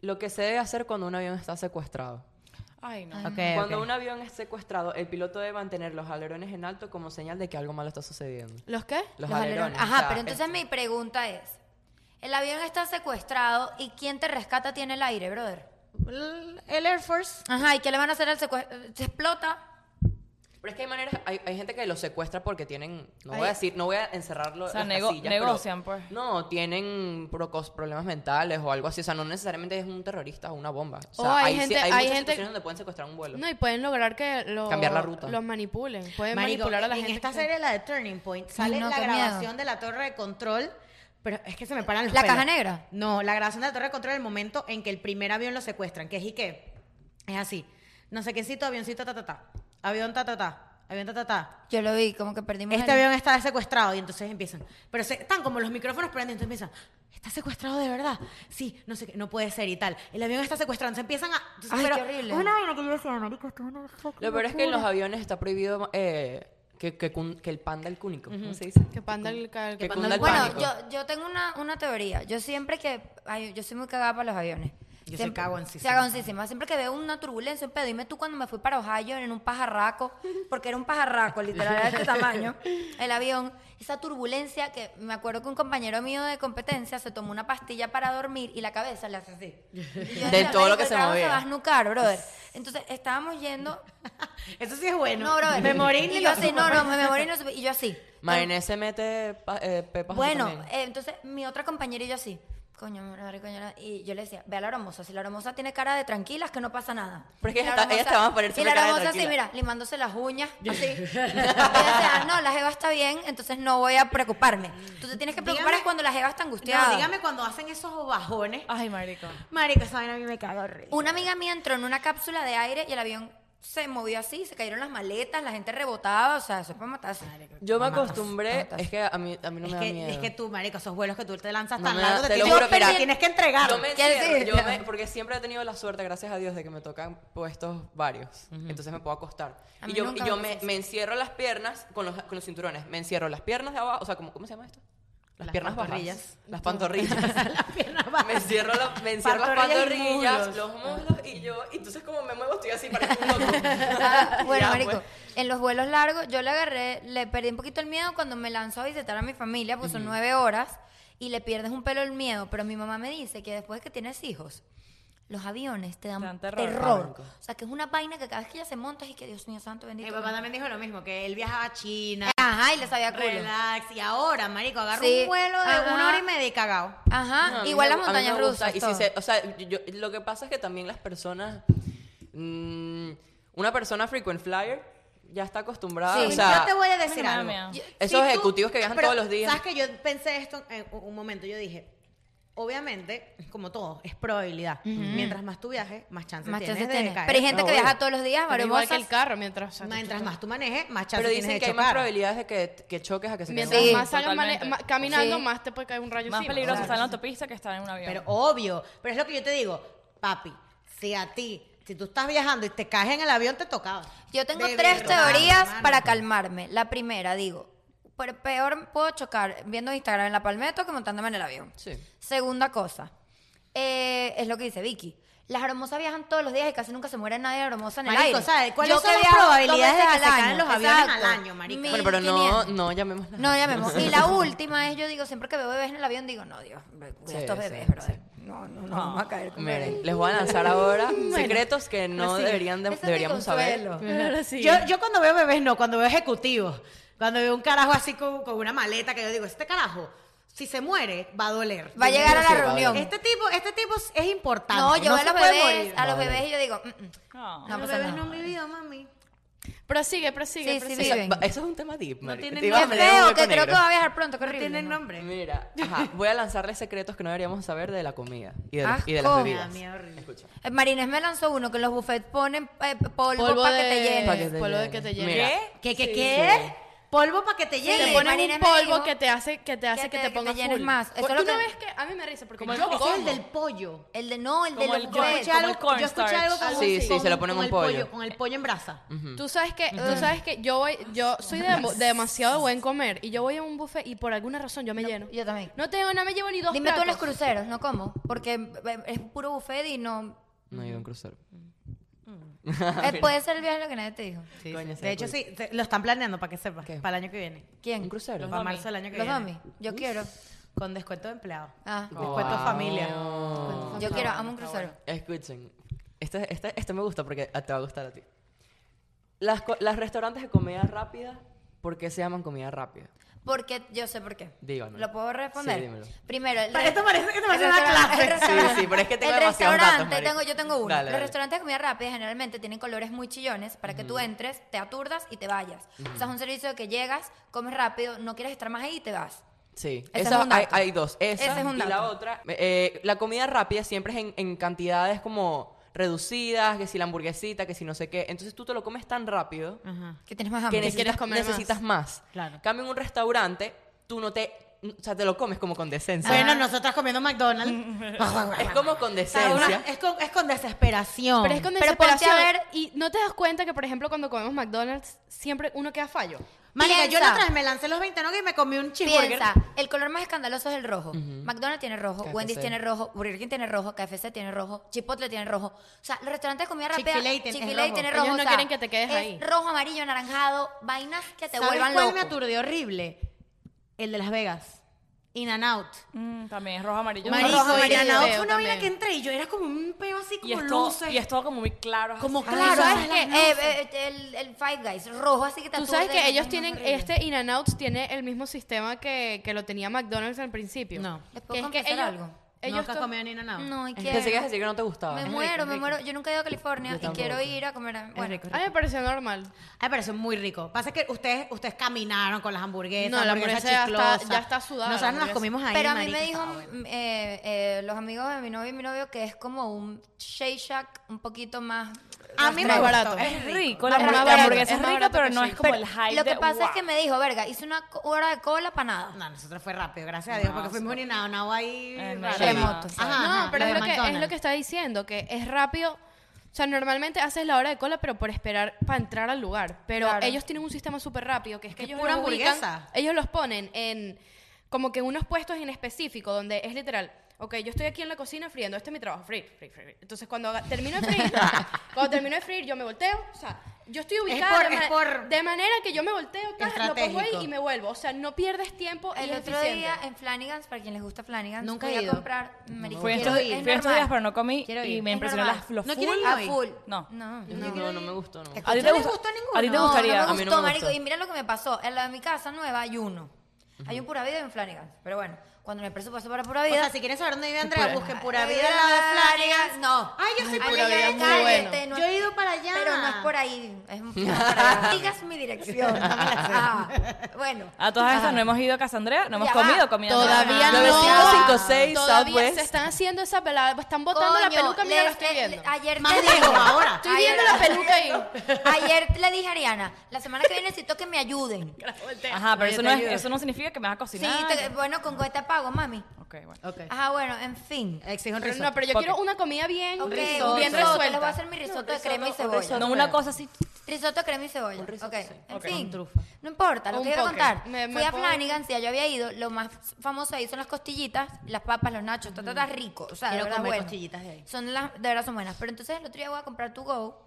Speaker 4: Lo que se debe hacer cuando un avión está secuestrado.
Speaker 3: Ay, no.
Speaker 1: Ok, Eh,
Speaker 4: cuando
Speaker 1: ok.
Speaker 4: un avión es secuestrado, el piloto debe mantener los alerones en alto como señal de que algo malo está sucediendo.
Speaker 2: ¿Los qué?
Speaker 5: Los
Speaker 4: Los,
Speaker 5: alerones.
Speaker 4: alerones. o
Speaker 5: Ajá,
Speaker 4: sea,
Speaker 5: pero entonces mi pregunta es: el avión está secuestrado y ¿quién te rescata tiene el aire, brother?
Speaker 1: El- El Air Force.
Speaker 5: Ajá, ¿y qué le van a hacer al secuestro? Se explota.
Speaker 4: es- este, pero es que hay maneras, hay, hay gente que los secuestra porque tienen, no voy
Speaker 2: Hay-
Speaker 4: a decir, no voy a encerrarlo.
Speaker 3: O sea,
Speaker 4: las
Speaker 3: nego-
Speaker 4: casillas, pero-
Speaker 3: negocian, pues.
Speaker 4: No, tienen procos- problemas mentales o algo así. O sea, no necesariamente es un terrorista o una bomba. O sea,
Speaker 2: O hay
Speaker 4: sí-
Speaker 2: gente-
Speaker 4: hay
Speaker 2: hay
Speaker 4: muchas
Speaker 2: gente-
Speaker 4: situaciones donde pueden secuestrar un vuelo.
Speaker 2: No, y pueden lograr que lo-
Speaker 4: Cambiar la ruta.
Speaker 2: los manipulen. Pueden
Speaker 1: Marico,
Speaker 2: manipular a la
Speaker 1: en
Speaker 2: gente.
Speaker 1: esta
Speaker 2: que-
Speaker 1: serie, la de Turning Point, sale
Speaker 5: Mm, no,
Speaker 1: la
Speaker 5: qué miedo.
Speaker 1: grabación de la torre de control. Pero es que se me paran los
Speaker 5: ¿La
Speaker 1: pelos.
Speaker 5: caja negra?
Speaker 1: No, la grabación de la torre de control el momento en que el primer avión lo secuestran, que es y que es así. No sé quiéncito, avioncito, ta, ta, ta. Avión, ta, ta, ta. Avión, ta, ta, ta.
Speaker 5: Yo lo vi, como que perdimos.
Speaker 1: Este
Speaker 5: el-
Speaker 1: avión está secuestrado y entonces empiezan. Pero se- están como los micrófonos prendidos, entonces empiezan. Está secuestrado de verdad. Sí, no sé qué, no puede ser y tal. El avión está secuestrado, se empiezan a. entonces,
Speaker 5: Ay,
Speaker 1: pero-
Speaker 5: qué horrible.
Speaker 1: Una vaina que yo decía, marico, esto es una fucking
Speaker 4: Lo peor es que en los
Speaker 1: locura.
Speaker 4: aviones está prohibido eh, que, que, cun- que el panda el cúnico. ¿Cómo se dice?
Speaker 2: Que panda el, que
Speaker 4: Que
Speaker 2: panda
Speaker 4: cunda
Speaker 2: el
Speaker 4: el
Speaker 2: pánico.
Speaker 5: Bueno,
Speaker 4: pánico.
Speaker 5: yo, yo tengo una, una teoría. Yo siempre que. ay, yo soy muy cagada para los aviones.
Speaker 1: Yo soy
Speaker 5: Siempre-
Speaker 1: cagoncísima.
Speaker 5: soy cagoncísima. Siempre que veo una turbulencia, un pedo, dime tú cuando me fui para Ohio en un pajarraco, porque era un pajarraco, literal, era de este tamaño, el avión. Esa turbulencia que me acuerdo que un compañero mío de competencia se tomó una pastilla para dormir y la cabeza le hace así. Y yo decía,
Speaker 4: todo
Speaker 5: "Marico,
Speaker 4: lo que
Speaker 5: el
Speaker 4: se
Speaker 5: carajo
Speaker 4: movía".
Speaker 5: Se va a nucar, brother. Entonces estábamos yendo.
Speaker 1: Eso sí es bueno.
Speaker 5: No, brother.
Speaker 1: Me morí
Speaker 5: Y
Speaker 1: ni
Speaker 5: yo
Speaker 1: lo
Speaker 5: así,
Speaker 1: supe.
Speaker 5: no, no, me morí y no supe. Y yo así.
Speaker 4: Mayonés se mete pa- eh, pepas así
Speaker 5: Bueno,
Speaker 4: también.
Speaker 5: eh, entonces mi otra compañera y yo así, coño, madre, coño, la- y yo le decía, ve a la hermosa, si la hermosa tiene cara de tranquilas que no pasa nada.
Speaker 4: Pero es que
Speaker 5: Y la
Speaker 4: ella está- ella
Speaker 5: hermosa-
Speaker 4: estaba por irse
Speaker 5: Y la
Speaker 4: una cara de
Speaker 5: hermosa así,
Speaker 4: tranquila.
Speaker 5: mira, limándose las uñas, así. y yo decía, no, la jeva está bien, entonces no voy a preocuparme. Tú te tienes que preocupar
Speaker 1: Dígame-
Speaker 5: es cuando la jeva está angustiada.
Speaker 1: No, dígame cuando hacen esos bajones.
Speaker 3: Ay, marico.
Speaker 1: Marico, esa vaina a mí me caga horrible.
Speaker 5: Una amiga mía entró en una cápsula de aire y el avión se movió así, se cayeron las maletas, la gente rebotaba, o sea, eso es para matarse.
Speaker 4: Yo me
Speaker 5: Matas,
Speaker 4: acostumbré,
Speaker 5: matas.
Speaker 4: es que a mí, a mí no
Speaker 1: es,
Speaker 4: me da
Speaker 1: que,
Speaker 4: miedo.
Speaker 1: es que tú, marico, esos vuelos que tú te lanzas
Speaker 4: No
Speaker 1: tan
Speaker 4: me da-
Speaker 1: largo que
Speaker 4: te
Speaker 1: te
Speaker 4: lo
Speaker 1: tienes-
Speaker 4: juro, mira,
Speaker 1: tienes que entregar.
Speaker 4: Yo me
Speaker 5: ¿Qué
Speaker 4: encierro,
Speaker 5: decir?
Speaker 4: yo me- porque siempre he tenido la suerte, gracias a Dios, de que me tocan puestos varios. Entonces me puedo acostar.
Speaker 5: A
Speaker 4: Y
Speaker 5: mí
Speaker 4: yo,
Speaker 5: nunca
Speaker 4: y yo
Speaker 5: me
Speaker 4: me,
Speaker 5: pasó
Speaker 4: me encierro las piernas con los, con los cinturones. Me encierro las piernas de abajo, o sea, ¿cómo, cómo se llama esto? Las,
Speaker 1: Las
Speaker 4: piernas bajas.
Speaker 1: pantorrillas.
Speaker 4: Las pantorrillas.
Speaker 1: Las piernas bajas.
Speaker 4: me encierro, los- me encierro las
Speaker 1: Pantorrillas y
Speaker 4: pantorrillas, los muslos y yo, y entonces como me muevo estoy así para un loco.
Speaker 5: Ah, bueno,
Speaker 4: Ya,
Speaker 5: marico,
Speaker 4: pues.
Speaker 5: en los vuelos largos yo le agarré, le perdí un poquito el miedo cuando me lanzó a visitar a mi familia, porque son nueve horas, y le pierdes un pelo el miedo, pero mi mamá me dice que después que tienes hijos, los aviones te dan,
Speaker 3: Te dan terror.
Speaker 5: terror.
Speaker 4: Pánico.
Speaker 5: O sea, que es una vaina que cada vez que ya se montas y que Dios mío santo bendito.
Speaker 1: Mi papá también dijo lo mismo, que él viajaba a China.
Speaker 5: Ajá, y le sabía culo.
Speaker 1: Relax. Y ahora, marico, agarra
Speaker 5: Sí,
Speaker 1: un vuelo de
Speaker 5: ajá.
Speaker 1: una hora y media y cagao.
Speaker 5: Ajá,
Speaker 4: No, a mí
Speaker 5: igual
Speaker 4: me-
Speaker 5: las
Speaker 4: a mí me
Speaker 5: montañas
Speaker 4: gusta.
Speaker 5: rusas.
Speaker 4: Y si
Speaker 5: todo.
Speaker 4: se- o sea, yo- yo- lo que pasa es que también las personas. mm, una persona frequent flyer ya está acostumbrada.
Speaker 5: Sí.
Speaker 4: Ah, o sea,
Speaker 1: yo te voy a
Speaker 3: a mí no
Speaker 1: decir
Speaker 3: me da
Speaker 1: algo.
Speaker 3: miedo.
Speaker 1: Yo-
Speaker 4: Esos
Speaker 1: tú-
Speaker 4: ejecutivos que viajan
Speaker 1: pero,
Speaker 4: todos los días.
Speaker 1: ¿Sabes que Yo pensé esto en un un momento. Yo dije, obviamente, como todo, es probabilidad. Mientras más tú viajes, más chances
Speaker 5: Más
Speaker 1: tienes
Speaker 5: chances
Speaker 1: de
Speaker 5: tienes.
Speaker 1: caer.
Speaker 5: Pero hay gente
Speaker 4: No,
Speaker 5: que
Speaker 4: obvio.
Speaker 5: viaja todos los días,
Speaker 2: Pero igual que el
Speaker 5: mariposas.
Speaker 2: carro mientras... o sea, tú-
Speaker 1: Mientras
Speaker 2: tú-
Speaker 1: más tú manejes, más chances
Speaker 4: pero
Speaker 1: tienes
Speaker 4: dicen
Speaker 1: de
Speaker 4: que hay más
Speaker 1: chocar.
Speaker 4: probabilidades de que, que choques a que se
Speaker 2: Mientras
Speaker 4: queden.
Speaker 5: Sí,
Speaker 2: más salgas mane-
Speaker 3: totalmente.
Speaker 2: ma- caminando,
Speaker 5: Sí.
Speaker 2: más te puede caer un rayo
Speaker 3: Más
Speaker 2: encima.
Speaker 3: peligroso
Speaker 2: Claro.
Speaker 3: estar en la autopista que estar en un avión.
Speaker 1: Pero obvio, pero es lo que yo te digo, papi, si a ti, si tú estás viajando y te caes en el avión, te tocaba.
Speaker 5: Yo tengo
Speaker 1: Bebé,
Speaker 5: tres
Speaker 1: tocaba,
Speaker 5: teorías
Speaker 1: hermano.
Speaker 5: para calmarme. La primera, digo, por peor puedo chocar viendo Instagram en la palmeta que montándome en el avión.
Speaker 4: Sí.
Speaker 5: Segunda cosa, eh, es lo que dice Vicky. Las hermosas viajan todos los días y casi nunca se muere nadie hermosa en el
Speaker 1: Marico,
Speaker 5: aire.
Speaker 1: ¿sabes? ¿Cuáles
Speaker 5: Yo
Speaker 1: son
Speaker 5: que
Speaker 1: las
Speaker 5: viajo dos
Speaker 1: probabilidades de
Speaker 5: veces
Speaker 1: que
Speaker 5: al
Speaker 1: se caen
Speaker 5: año?
Speaker 1: los aviones al
Speaker 5: Exacto.
Speaker 1: año, marico?
Speaker 5: Mil
Speaker 4: Bueno, pero no,
Speaker 5: 500.
Speaker 4: no llamemos
Speaker 5: No, llamemos. Y la última es, yo digo, siempre que veo bebés en el avión, digo, no, Dios, cuida
Speaker 4: Sí,
Speaker 5: estos
Speaker 4: sí,
Speaker 5: bebés,
Speaker 4: sí.
Speaker 5: brother. No, no, no, vamos a caer con bebés.
Speaker 4: Miren, les voy a lanzar ahora secretos que no deberían de-
Speaker 5: Eso es mi
Speaker 4: deberíamos saber.
Speaker 5: consuelo.
Speaker 2: Ahora sí.
Speaker 1: Yo, yo cuando veo bebés, no, cuando veo ejecutivos, cuando veo un carajo así con, con una maleta, que yo digo, este carajo si se muere, va a doler.
Speaker 5: Va a llegar a la
Speaker 4: Sí, va a
Speaker 5: reunión.
Speaker 1: Este tipo, este tipo es importante.
Speaker 5: No, yo veo a
Speaker 1: se
Speaker 5: los
Speaker 1: puede
Speaker 5: bebés,
Speaker 1: morir.
Speaker 5: a los
Speaker 4: Vale.
Speaker 5: bebés y yo digo, "Mm, mm".
Speaker 3: No.
Speaker 5: No
Speaker 1: los
Speaker 5: pasa
Speaker 1: bebés
Speaker 5: nada.
Speaker 1: no han vivido, mami.
Speaker 2: Prosigue, prosigue,
Speaker 5: Sí, sí,
Speaker 2: prosigue.
Speaker 5: sí.
Speaker 4: Esa-
Speaker 5: viven.
Speaker 4: va- eso es un tema deep, marica.
Speaker 1: tienen
Speaker 4: Te iba
Speaker 1: ni
Speaker 4: a
Speaker 1: Vamos,
Speaker 5: Qué
Speaker 4: poner un
Speaker 5: feo,
Speaker 4: hueco
Speaker 5: que creo que
Speaker 4: negro.
Speaker 5: va a viajar pronto, qué horrible.
Speaker 1: Tienen
Speaker 5: ¿no?
Speaker 1: nombre.
Speaker 4: Mira, ajá, voy a lanzarles secretos que no deberíamos saber de la comida y de, y de
Speaker 5: Asco.
Speaker 4: las
Speaker 1: Ah,
Speaker 4: bebidas.
Speaker 1: mía, horrible.
Speaker 4: Escucha.
Speaker 5: Eh, Marines me lanzó uno que en los buffets ponen eh, polvo,
Speaker 2: Polvo
Speaker 5: para
Speaker 2: de-
Speaker 5: Eh, que te
Speaker 2: Pa'
Speaker 5: llene.
Speaker 2: que- polvo de que te llene.
Speaker 4: Mira,
Speaker 1: ¿Qué, qué, qué? Polvo para que te
Speaker 5: Sí,
Speaker 2: Te
Speaker 1: llegue.
Speaker 2: ponen
Speaker 5: Marina
Speaker 2: un
Speaker 5: me
Speaker 2: polvo
Speaker 5: dijo
Speaker 2: que te hace que te hace que,
Speaker 5: que te-
Speaker 2: te
Speaker 5: que te
Speaker 2: pongas
Speaker 5: llenes
Speaker 2: full.
Speaker 5: más. Eso
Speaker 2: Por-
Speaker 5: es lo
Speaker 2: ¿Tú no
Speaker 5: que-
Speaker 2: ves que a mí me risa porque
Speaker 1: Yo
Speaker 2: yo
Speaker 1: creo que es el del pollo.
Speaker 5: El de no, el de
Speaker 3: Como
Speaker 5: los
Speaker 3: el
Speaker 1: Yo
Speaker 3: corn-
Speaker 5: buffets.
Speaker 1: escuché
Speaker 3: como el
Speaker 1: algo, yo escuché
Speaker 3: cornstarch.
Speaker 1: algo con
Speaker 4: Sí,
Speaker 1: un-
Speaker 4: sí,
Speaker 1: con
Speaker 4: se lo
Speaker 1: un-
Speaker 4: ponen
Speaker 1: con
Speaker 4: un
Speaker 1: el
Speaker 4: pollo.
Speaker 1: Con el pollo en brasa.
Speaker 2: Tú sabes que, tú sabes que yo voy, yo soy de, demo- de demasiado buen comer y yo voy a un buffet y por alguna razón yo me lleno.
Speaker 5: Yo también.
Speaker 2: No tengo, no me llevo ni dos
Speaker 5: Dime tú en los
Speaker 2: platos.
Speaker 5: cruceros, no como, porque eh, es puro buffet y no...
Speaker 4: No he ido a un crucero.
Speaker 5: eh, puede ser el viaje lo que nadie te dijo.
Speaker 4: Coño,
Speaker 1: De
Speaker 4: será
Speaker 1: hecho,
Speaker 4: cool.
Speaker 1: sí, te- lo están planeando para que sepas.
Speaker 4: ¿Qué?
Speaker 1: Para el año que viene.
Speaker 4: ¿Un
Speaker 5: ¿Quién?
Speaker 4: crucero?
Speaker 1: Para marzo del año que
Speaker 5: Los
Speaker 1: viene.
Speaker 5: domis. Yo quiero.
Speaker 1: Con descuento de empleado.
Speaker 5: Ah,
Speaker 1: Descuento de familia.
Speaker 5: yo quiero, amo un crucero.
Speaker 4: Escuchen, esta, esta, esta me gusta porque te va a gustar a ti. Las, co- las restaurantes de comida rápida, ¿por qué se llaman comida rápida?
Speaker 5: Porque yo sé por qué.
Speaker 4: Díganos.
Speaker 5: ¿Lo puedo responder?
Speaker 4: Sí, dímelo.
Speaker 5: Primero, el
Speaker 1: Esto parece- esto parece
Speaker 5: el
Speaker 1: una
Speaker 5: restaurante-
Speaker 1: clase.
Speaker 5: el
Speaker 4: Sí,
Speaker 5: restaurante-
Speaker 4: sí, pero es que tengo
Speaker 5: el
Speaker 4: demasiados datos,
Speaker 5: restaurante,
Speaker 4: marica.
Speaker 5: tengo, yo tengo uno.
Speaker 4: Dale,
Speaker 5: Los
Speaker 4: dale.
Speaker 5: restaurantes de comida rápida generalmente tienen colores muy chillones para que tú entres, te aturdas y te vayas. O sea, es un servicio que llegas, comes rápido, no quieres estar más ahí y te vas.
Speaker 4: Sí,
Speaker 5: Ese es
Speaker 4: Esa-
Speaker 5: un
Speaker 4: hay,
Speaker 5: dato.
Speaker 4: hay dos. Esa
Speaker 5: Ese es un
Speaker 4: y la
Speaker 5: dato.
Speaker 4: otra. eh, la comida rápida siempre es en, en cantidades como reducidas, que si la hamburguesita, que si no sé qué. Entonces tú te lo comes tan rápido
Speaker 5: Mm.
Speaker 1: Ajá.
Speaker 5: Que tienes más
Speaker 4: que
Speaker 5: hambre.
Speaker 2: neces-
Speaker 4: necesitas,
Speaker 2: quieres comer más.
Speaker 4: necesitas más.
Speaker 1: Claro.
Speaker 4: Cambio en un restaurante, tú no te... O sea, te lo comes como con decencia.
Speaker 1: Bueno, nosotras comiendo McDonald's.
Speaker 4: Es como con
Speaker 1: Cada una-
Speaker 4: decencia.
Speaker 1: es, con, es con desesperación.
Speaker 2: Pero es con
Speaker 5: Pero ponte a
Speaker 2: desesperación
Speaker 5: ver-
Speaker 2: y no te das cuenta que, por ejemplo, cuando comemos McDonald's, siempre uno queda fallo.
Speaker 1: Marica, yo
Speaker 5: Piensa.
Speaker 1: la otra vez me lancé los 20 nogues y me comí un cheeseburger.
Speaker 5: Piensa, el color más escandaloso es el rojo. McDonald's tiene rojo,
Speaker 4: KFC.
Speaker 5: Wendy's tiene rojo, Burger King tiene rojo, KFC tiene rojo, Chipotle tiene rojo. O sea, los restaurantes de comida rápida,
Speaker 1: Chick-fil-A tiene- es rojo.
Speaker 5: tiene
Speaker 2: Ellos
Speaker 5: rojo. o
Speaker 2: no
Speaker 5: sea,
Speaker 2: quieren que te quedes
Speaker 5: es
Speaker 2: ahí.
Speaker 5: rojo, amarillo, anaranjado, vainas que te
Speaker 1: ¿Sabes
Speaker 5: vuelvan
Speaker 1: cuál
Speaker 5: loco.
Speaker 1: me aturdió horrible? El de Las Vegas. In and out.
Speaker 3: Mm, también es rojo amarillo.
Speaker 1: Marico,
Speaker 2: rojo,
Speaker 1: In and
Speaker 2: amarillo,
Speaker 1: out
Speaker 2: veo
Speaker 1: fue una vaina
Speaker 2: también.
Speaker 1: que entré y yo era como un peo así
Speaker 3: y
Speaker 1: como
Speaker 3: es, todo,
Speaker 1: luces.
Speaker 3: y es todo como muy claro.
Speaker 1: como
Speaker 5: Ah,
Speaker 1: claro.
Speaker 5: ¿sabes
Speaker 1: ¿sabes
Speaker 5: qué? Eh, eh, el, el Five Guys, rojo, así que te
Speaker 2: Tú sabes
Speaker 5: aturde,
Speaker 2: que ellos
Speaker 5: es
Speaker 2: tienen,
Speaker 5: horrible.
Speaker 2: este in and out tiene el mismo sistema que, que lo tenía McDonald's al principio.
Speaker 1: No.
Speaker 2: Que
Speaker 5: ¿Les puedo
Speaker 2: es que
Speaker 5: confesar
Speaker 2: ellos-
Speaker 5: algo?
Speaker 2: ellos
Speaker 1: Nunca
Speaker 2: to-
Speaker 1: comido en In and out.
Speaker 5: No, y quiero.
Speaker 4: Pensé que ibas a decir que no te gustaba.
Speaker 5: me
Speaker 4: Es
Speaker 5: muero,
Speaker 1: rico,
Speaker 5: me
Speaker 1: es
Speaker 5: muero. Yo nunca he ido a California
Speaker 4: Yo
Speaker 5: y quiero
Speaker 4: tampoco.
Speaker 5: ir a comer. a- Bueno,
Speaker 2: A mí me pareció normal.
Speaker 1: Ay, parece muy rico. Pasa que ustedes, ustedes caminaron con las hamburguesas.
Speaker 2: No, la
Speaker 1: hamburguesas
Speaker 2: hamburguesa ya está-
Speaker 1: chiclosas.
Speaker 2: ya está sudada, la
Speaker 1: Nosotras nos las
Speaker 2: hamburguesa.
Speaker 1: comimos ahí.
Speaker 5: Pero a mí
Speaker 1: marica,
Speaker 5: me dijo
Speaker 1: estaba bueno.
Speaker 5: eh, eh, los amigos de mi novio y mi novio que es como un Shake Shack un poquito más.
Speaker 1: A mí me
Speaker 5: gastronómico.
Speaker 1: gustó,
Speaker 2: barato.
Speaker 1: es
Speaker 3: Es
Speaker 1: rico.
Speaker 3: rico. La,
Speaker 5: Más
Speaker 3: hamburguesa- la
Speaker 2: barato,
Speaker 3: hamburguesa
Speaker 2: es
Speaker 3: es
Speaker 2: más
Speaker 3: rica,
Speaker 2: barato
Speaker 3: pero
Speaker 2: que
Speaker 3: no
Speaker 2: sí.
Speaker 3: es como el hype
Speaker 5: Lo que
Speaker 3: de,
Speaker 5: pasa es
Speaker 3: "Wow".
Speaker 5: que me dijo, verga, hice una co- hora de cola para nada.
Speaker 1: No, nosotros fue rápido, gracias a Dios, porque fuimos en Nanao ahí
Speaker 3: Eh,
Speaker 1: raro.
Speaker 5: remoto, sí.
Speaker 1: Ajá,
Speaker 2: no,
Speaker 1: ajá,
Speaker 2: pero
Speaker 1: de
Speaker 2: es lo, que, es
Speaker 1: McDonald's.
Speaker 2: lo que está diciendo, que es rápido. O sea, normalmente haces la hora de cola, pero por esperar para entrar al lugar. Pero
Speaker 5: Claro.
Speaker 2: ellos tienen un sistema súper rápido, que es que
Speaker 1: Que
Speaker 2: ellos
Speaker 1: pura
Speaker 2: los ubican-
Speaker 1: hamburguesa.
Speaker 2: ellos los ponen en como que en unos puestos en específico, donde es literal. Ok, yo estoy aquí en la cocina friendo, este es mi trabajo, freír, freír, freír. Entonces, cuando haga- termino de freír, cuando termino de freír, yo me volteo, o sea, yo estoy ubicada
Speaker 1: por-
Speaker 2: de,
Speaker 1: es
Speaker 2: ma-
Speaker 1: por-
Speaker 2: de manera que yo me volteo, ta, lo pongo ahí
Speaker 1: Estratégico.
Speaker 2: y me vuelvo. O sea, no pierdes tiempo y
Speaker 5: El
Speaker 2: es
Speaker 5: otro
Speaker 2: eficiente.
Speaker 5: día en Flanagan's, para quien les gusta Flanagan's,
Speaker 1: Nunca
Speaker 5: fui
Speaker 1: he
Speaker 5: a
Speaker 1: ido.
Speaker 5: comprar marisco.
Speaker 3: Fui estos,
Speaker 5: Quiero ir, es
Speaker 3: fui estos días,
Speaker 5: normal.
Speaker 3: pero no comí
Speaker 1: Quiero
Speaker 3: y
Speaker 1: ir.
Speaker 3: me
Speaker 5: Es
Speaker 3: impresionó
Speaker 5: normal.
Speaker 3: las, lo
Speaker 1: ¿No
Speaker 3: full.
Speaker 1: quieren
Speaker 5: A
Speaker 1: ir?
Speaker 5: full.
Speaker 3: No.
Speaker 5: No.
Speaker 4: No, no me gustó, no.
Speaker 3: ¿A ti
Speaker 1: ¿No
Speaker 3: te
Speaker 1: les
Speaker 3: gusta?
Speaker 1: gustó ninguno?
Speaker 3: ¿A ti te
Speaker 5: No,
Speaker 3: gustaría?
Speaker 5: No, me
Speaker 4: mí
Speaker 5: gustó,
Speaker 4: no me
Speaker 5: marico.
Speaker 4: gustó.
Speaker 5: Y mira lo que me pasó. En la de mi casa nueva hay uno. Hay un pura vida y un Flanagan. Pero bueno, cuando me presupuesto para pura
Speaker 1: O
Speaker 5: vida.
Speaker 1: sea, si quieren saber dónde vive Andrea,
Speaker 2: Pura-
Speaker 1: busquen pura
Speaker 5: Ay,
Speaker 1: vida al lado de Flanagan.
Speaker 5: No.
Speaker 1: Ay, yo soy
Speaker 5: Ay,
Speaker 1: pura
Speaker 5: ya
Speaker 1: vida,
Speaker 5: de
Speaker 1: muy
Speaker 5: cállate,
Speaker 1: bueno.
Speaker 5: no
Speaker 1: Yo
Speaker 5: es-
Speaker 1: he ido para allá.
Speaker 5: Pero no es por ahí. Es un poco para allá. Digas mi dirección. Ah, bueno.
Speaker 3: A todas estas no hemos ido a casa Andrea, no hemos
Speaker 5: Ya va.
Speaker 3: comido comida.
Speaker 2: Todavía no.
Speaker 5: Nueve, cinco, cinco,
Speaker 4: seis,
Speaker 2: Todavía
Speaker 4: Southwest.
Speaker 2: se están haciendo esa pelada. Están botando la
Speaker 5: Coño,
Speaker 2: peluca, mira,
Speaker 5: les-
Speaker 2: la estoy
Speaker 5: les-
Speaker 2: viendo.
Speaker 5: Ayer
Speaker 1: Más
Speaker 5: te
Speaker 1: lejos
Speaker 5: digo,
Speaker 1: ahora.
Speaker 2: Estoy
Speaker 5: ayer-
Speaker 2: viendo la peluca ahí.
Speaker 5: Ayer le dije a Ariana, la semana que viene necesito que me ayuden.
Speaker 3: Ajá, pero
Speaker 1: yo
Speaker 3: eso
Speaker 1: te
Speaker 3: no, es-
Speaker 1: ayudo.
Speaker 3: eso no significa que me vas a
Speaker 5: Sí,
Speaker 3: cocinar.
Speaker 5: te- bueno, con cuesta pago, mami.
Speaker 3: Ok, bueno.
Speaker 1: Ok.
Speaker 5: Ajá, bueno, en fin.
Speaker 1: Exijo un
Speaker 2: Pero
Speaker 1: risotto.
Speaker 2: no, pero yo
Speaker 3: Ok.
Speaker 2: quiero una comida bien,
Speaker 5: Ok,
Speaker 1: risotto.
Speaker 2: bien
Speaker 5: risotto, Les voy a
Speaker 2: resuelta.
Speaker 5: hacer mi risotto, de crema y cebolla.
Speaker 3: No, una cosa así.
Speaker 5: Risotto, crema y cebolla. ok, en fin.
Speaker 1: trufa.
Speaker 5: No importa, lo
Speaker 2: Un
Speaker 5: que iba a
Speaker 2: poke.
Speaker 5: contar.
Speaker 2: Me- me
Speaker 5: Fui a
Speaker 2: pongo-
Speaker 5: Flanagan, si ya yo había ido, lo más famoso ahí son las costillitas, las papas, los nachos, está rico. O sea, de
Speaker 1: Quiero
Speaker 5: verdad
Speaker 1: comer
Speaker 5: bueno.
Speaker 1: costillitas de ahí.
Speaker 5: Son las, de verdad son buenas. Pero entonces el otro día voy a comprar tu go